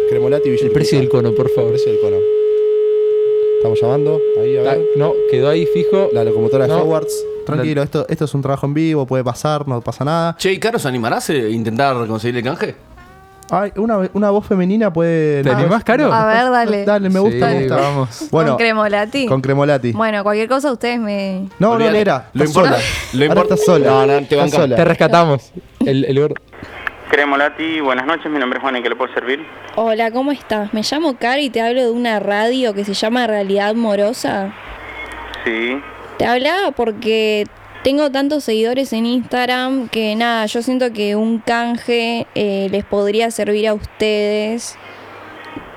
H: Cremolati y Villa
J: El precio del cono, por favor.
H: El precio del cono. Estamos llamando. Ahí, a ver.
J: Ah, No, quedó ahí fijo.
H: La locomotora
J: No.
H: de Hogwarts. Tranquilo, esto, esto es un trabajo en vivo, puede pasar, no pasa nada.
K: Che, ¿y Caro se animará a hacer- intentar conseguir el canje?
H: Ay, una, una voz femenina puede.
K: ¿Te
H: Ah,
K: animás, Caro?
M: A ver, dale.
H: Dale, me gusta,
M: Sí,
H: me gusta.
M: vamos.
H: Bueno,
M: con Cremolati.
H: con Cremolati.
M: Bueno, cualquier cosa ustedes me.
H: No, no,
K: Olvídate.
H: Nera.
K: Lo
H: Lo
K: importa-
H: sola.
K: lo
H: Ahora
K: importa-
H: estás sola.
K: No, no, te
H: Estás
K: bancamos.
H: sola.
J: Te rescatamos. El, el gordo.
I: Cremolati, buenas noches, mi nombre es Juan, ¿en qué le puedo servir?
M: Hola, ¿cómo estás? Me llamo Cari y te hablo de una radio que se llama Realidad Morosa.
I: Sí.
M: Te hablaba porque tengo tantos seguidores en Instagram que nada, yo siento que un canje eh, les podría servir a ustedes.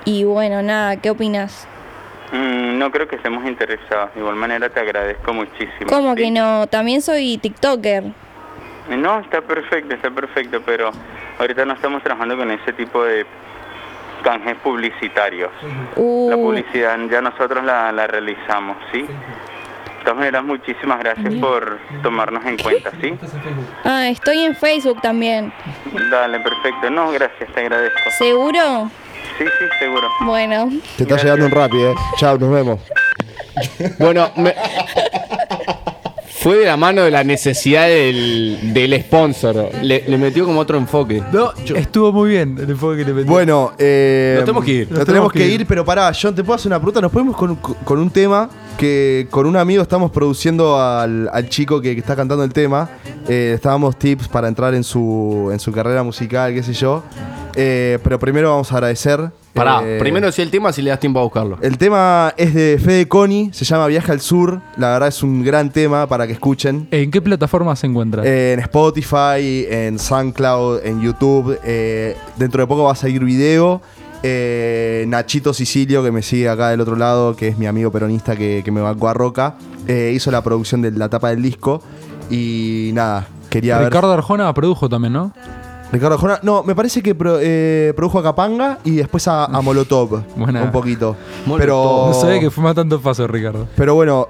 M: Y bueno, nada, ¿qué opinas?
I: Mm, no creo que estemos interesados, de igual manera te agradezco muchísimo.
M: ¿Cómo
I: Sí.
M: que no? También soy TikToker.
I: No, está perfecto, está perfecto, pero ahorita no estamos trabajando con ese tipo de canjes publicitarios.
M: Uh,
I: La publicidad ya nosotros la, la realizamos, ¿sí? De todas maneras, muchísimas gracias por tomarnos en cuenta, ¿sí?
M: ah, estoy en Facebook también.
I: Dale, perfecto. No, gracias, te agradezco.
M: ¿Seguro?
I: Sí, sí, seguro.
M: Bueno.
H: Te está llegando un rápido, eh. Chao, nos vemos.
R: Bueno, me- fue de la mano de la necesidad del, del sponsor. Le, le metió como otro enfoque.
J: No, estuvo muy bien el enfoque que le metí.
H: Bueno, eh,
R: Nos tenemos que ir.
H: Nos tenemos que ir, pero pará, John, te puedo hacer una pregunta. Nos podemos con, con un tema que con un amigo estamos produciendo al, al chico que, que está cantando el tema. Eh, estábamos tips para entrar en su, en su carrera musical, qué sé yo. Eh, pero primero vamos a agradecer.
K: Pará,
H: eh,
K: primero decía el tema si le das tiempo a buscarlo.
H: El tema es de Fede Coni, se llama Viaje al Sur. La verdad es un gran tema para que escuchen.
J: ¿En qué plataforma se encuentra?
H: En Spotify, en SoundCloud, en YouTube. eh, dentro de poco va a salir video. Eh, Nachito Sicilio, que me sigue acá del otro lado, que es mi amigo peronista que, que me bancó a Roca, eh, hizo la producción de la tapa del disco. Y nada, quería ver.
J: Ricardo Arjona produjo también, ¿no?
H: Ricardo Arjona. No, me parece que pro- eh, produjo a Capanga y después a, a Molotov.
J: Buena.
H: Un poquito. Pero.
J: No sabía que fuma tanto paso, Ricardo.
H: Pero bueno,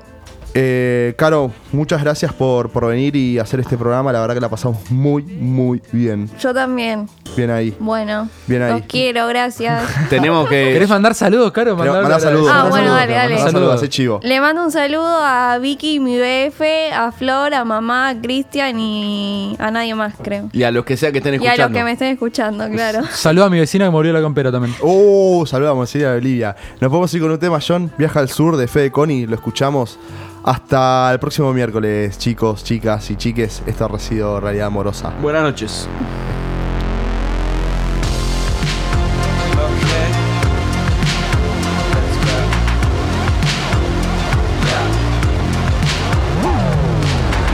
H: eh, Caro, muchas gracias por, por venir y hacer este programa. La verdad que la pasamos muy, muy bien.
M: Yo también.
H: Bien ahí.
M: Bueno.
H: Bien ahí.
M: Los quiero, gracias.
K: Tenemos que.
J: ¿Querés mandar saludos, Caro?
H: Pero mandá saludos.
M: Ah,
H: mandá
M: bueno,
H: saludos,
M: dale, dale.
H: mandá
M: Saludos.
H: saludos, hacé chivo.
M: Le mando un saludo a Vicky, mi BF, a Flor, a mamá, a Cristian y a nadie más, creo.
K: Y a los que sea que estén
M: Y a los que
K: escuchando.
M: me estén escuchando, claro.
J: Saludos a mi vecina que murió la campera también.
H: Uh, saludamos, Silvia de Bolivia. Nos podemos ir con un tema, John. Viaja al sur de Fede Coni. Lo escuchamos. Hasta el próximo miércoles, chicos, chicas y chiques. Esto ha sido Realidad Amorosa.
K: Buenas noches.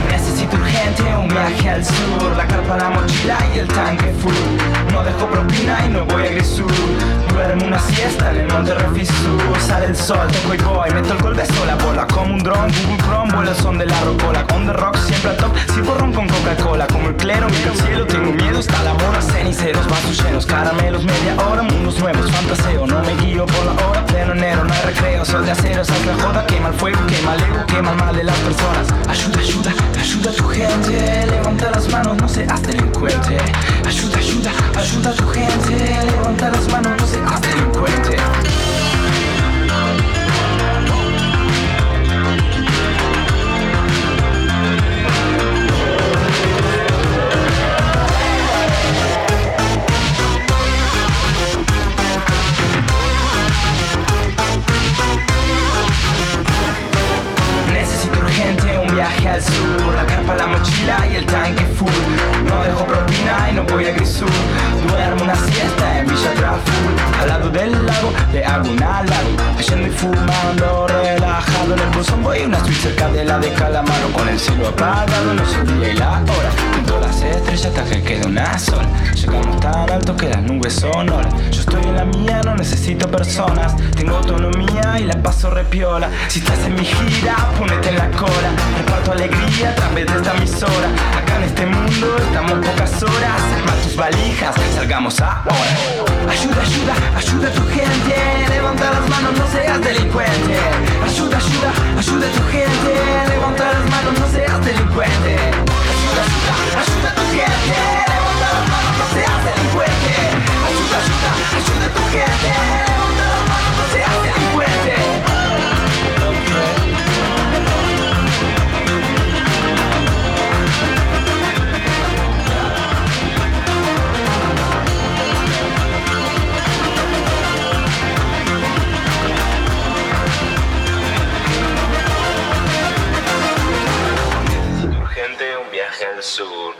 A: Necesito urgente un viaje al sur La carpa, la mochila y el tanque full No dejo propina y no voy a Grisur Duermo una siesta en el monte Refisur Sale el sol, toco y voy, meto el gol de sola bola Como un dron, Google Chrome, vuelo el son de la rocola On the rock, siempre a top, sirvo ron con Coca-Cola Como el clero, miro el cielo, tengo miedo Está la bola, ceniceros, vasos llenos Caramelos, media hora, mundos nuevos, fantaseo No me guío por la hora, pleno enero, no hay recreo Sol de acero, sal la joda, quema el fuego, quema el ego Quema el mal de las personas Ayuda, ayuda, ayuda a tu gente Levanta las manos, no seas delincuente Ayuda, ayuda, ayuda a tu gente Levanta las manos, no seas delincuente Necesito urgente un viaje al sur La carpa, la mochila y el tanque full No dejo propina y no voy a Grisur Duermo una siesta en Villa Traful Al lado del lago le hago un halago Yendo y fumando, relajado En el bolsón voy a una suite cerca de la de Calamaro Con el cielo apagado, no sé el día y la hora Pinto las estrellas hasta que quede una sola Llegamos tan alto que las nubes son horas Yo estoy en la mía, no necesito personas Tengo autonomía y la paso repiola Si estás en mi gira, ponete en la cola Reparto alegría a través de esta emisora Acá en este mundo estamos pocas horas Arma tus valijas, salgamos ahora Ayuda, ayuda, ayuda a tu gente Levanta las manos, no seas delincuente Ayuda, ayuda, ayuda a tu gente Levanta las manos, no seas delincuente Ayuda, ayuda, ayuda a tu gente Levanta las manos, no seas delincuente Ayuda, ayuda, ayuda a tu gente Levanta las manos, no seas delincuente urgente un viaje al sur.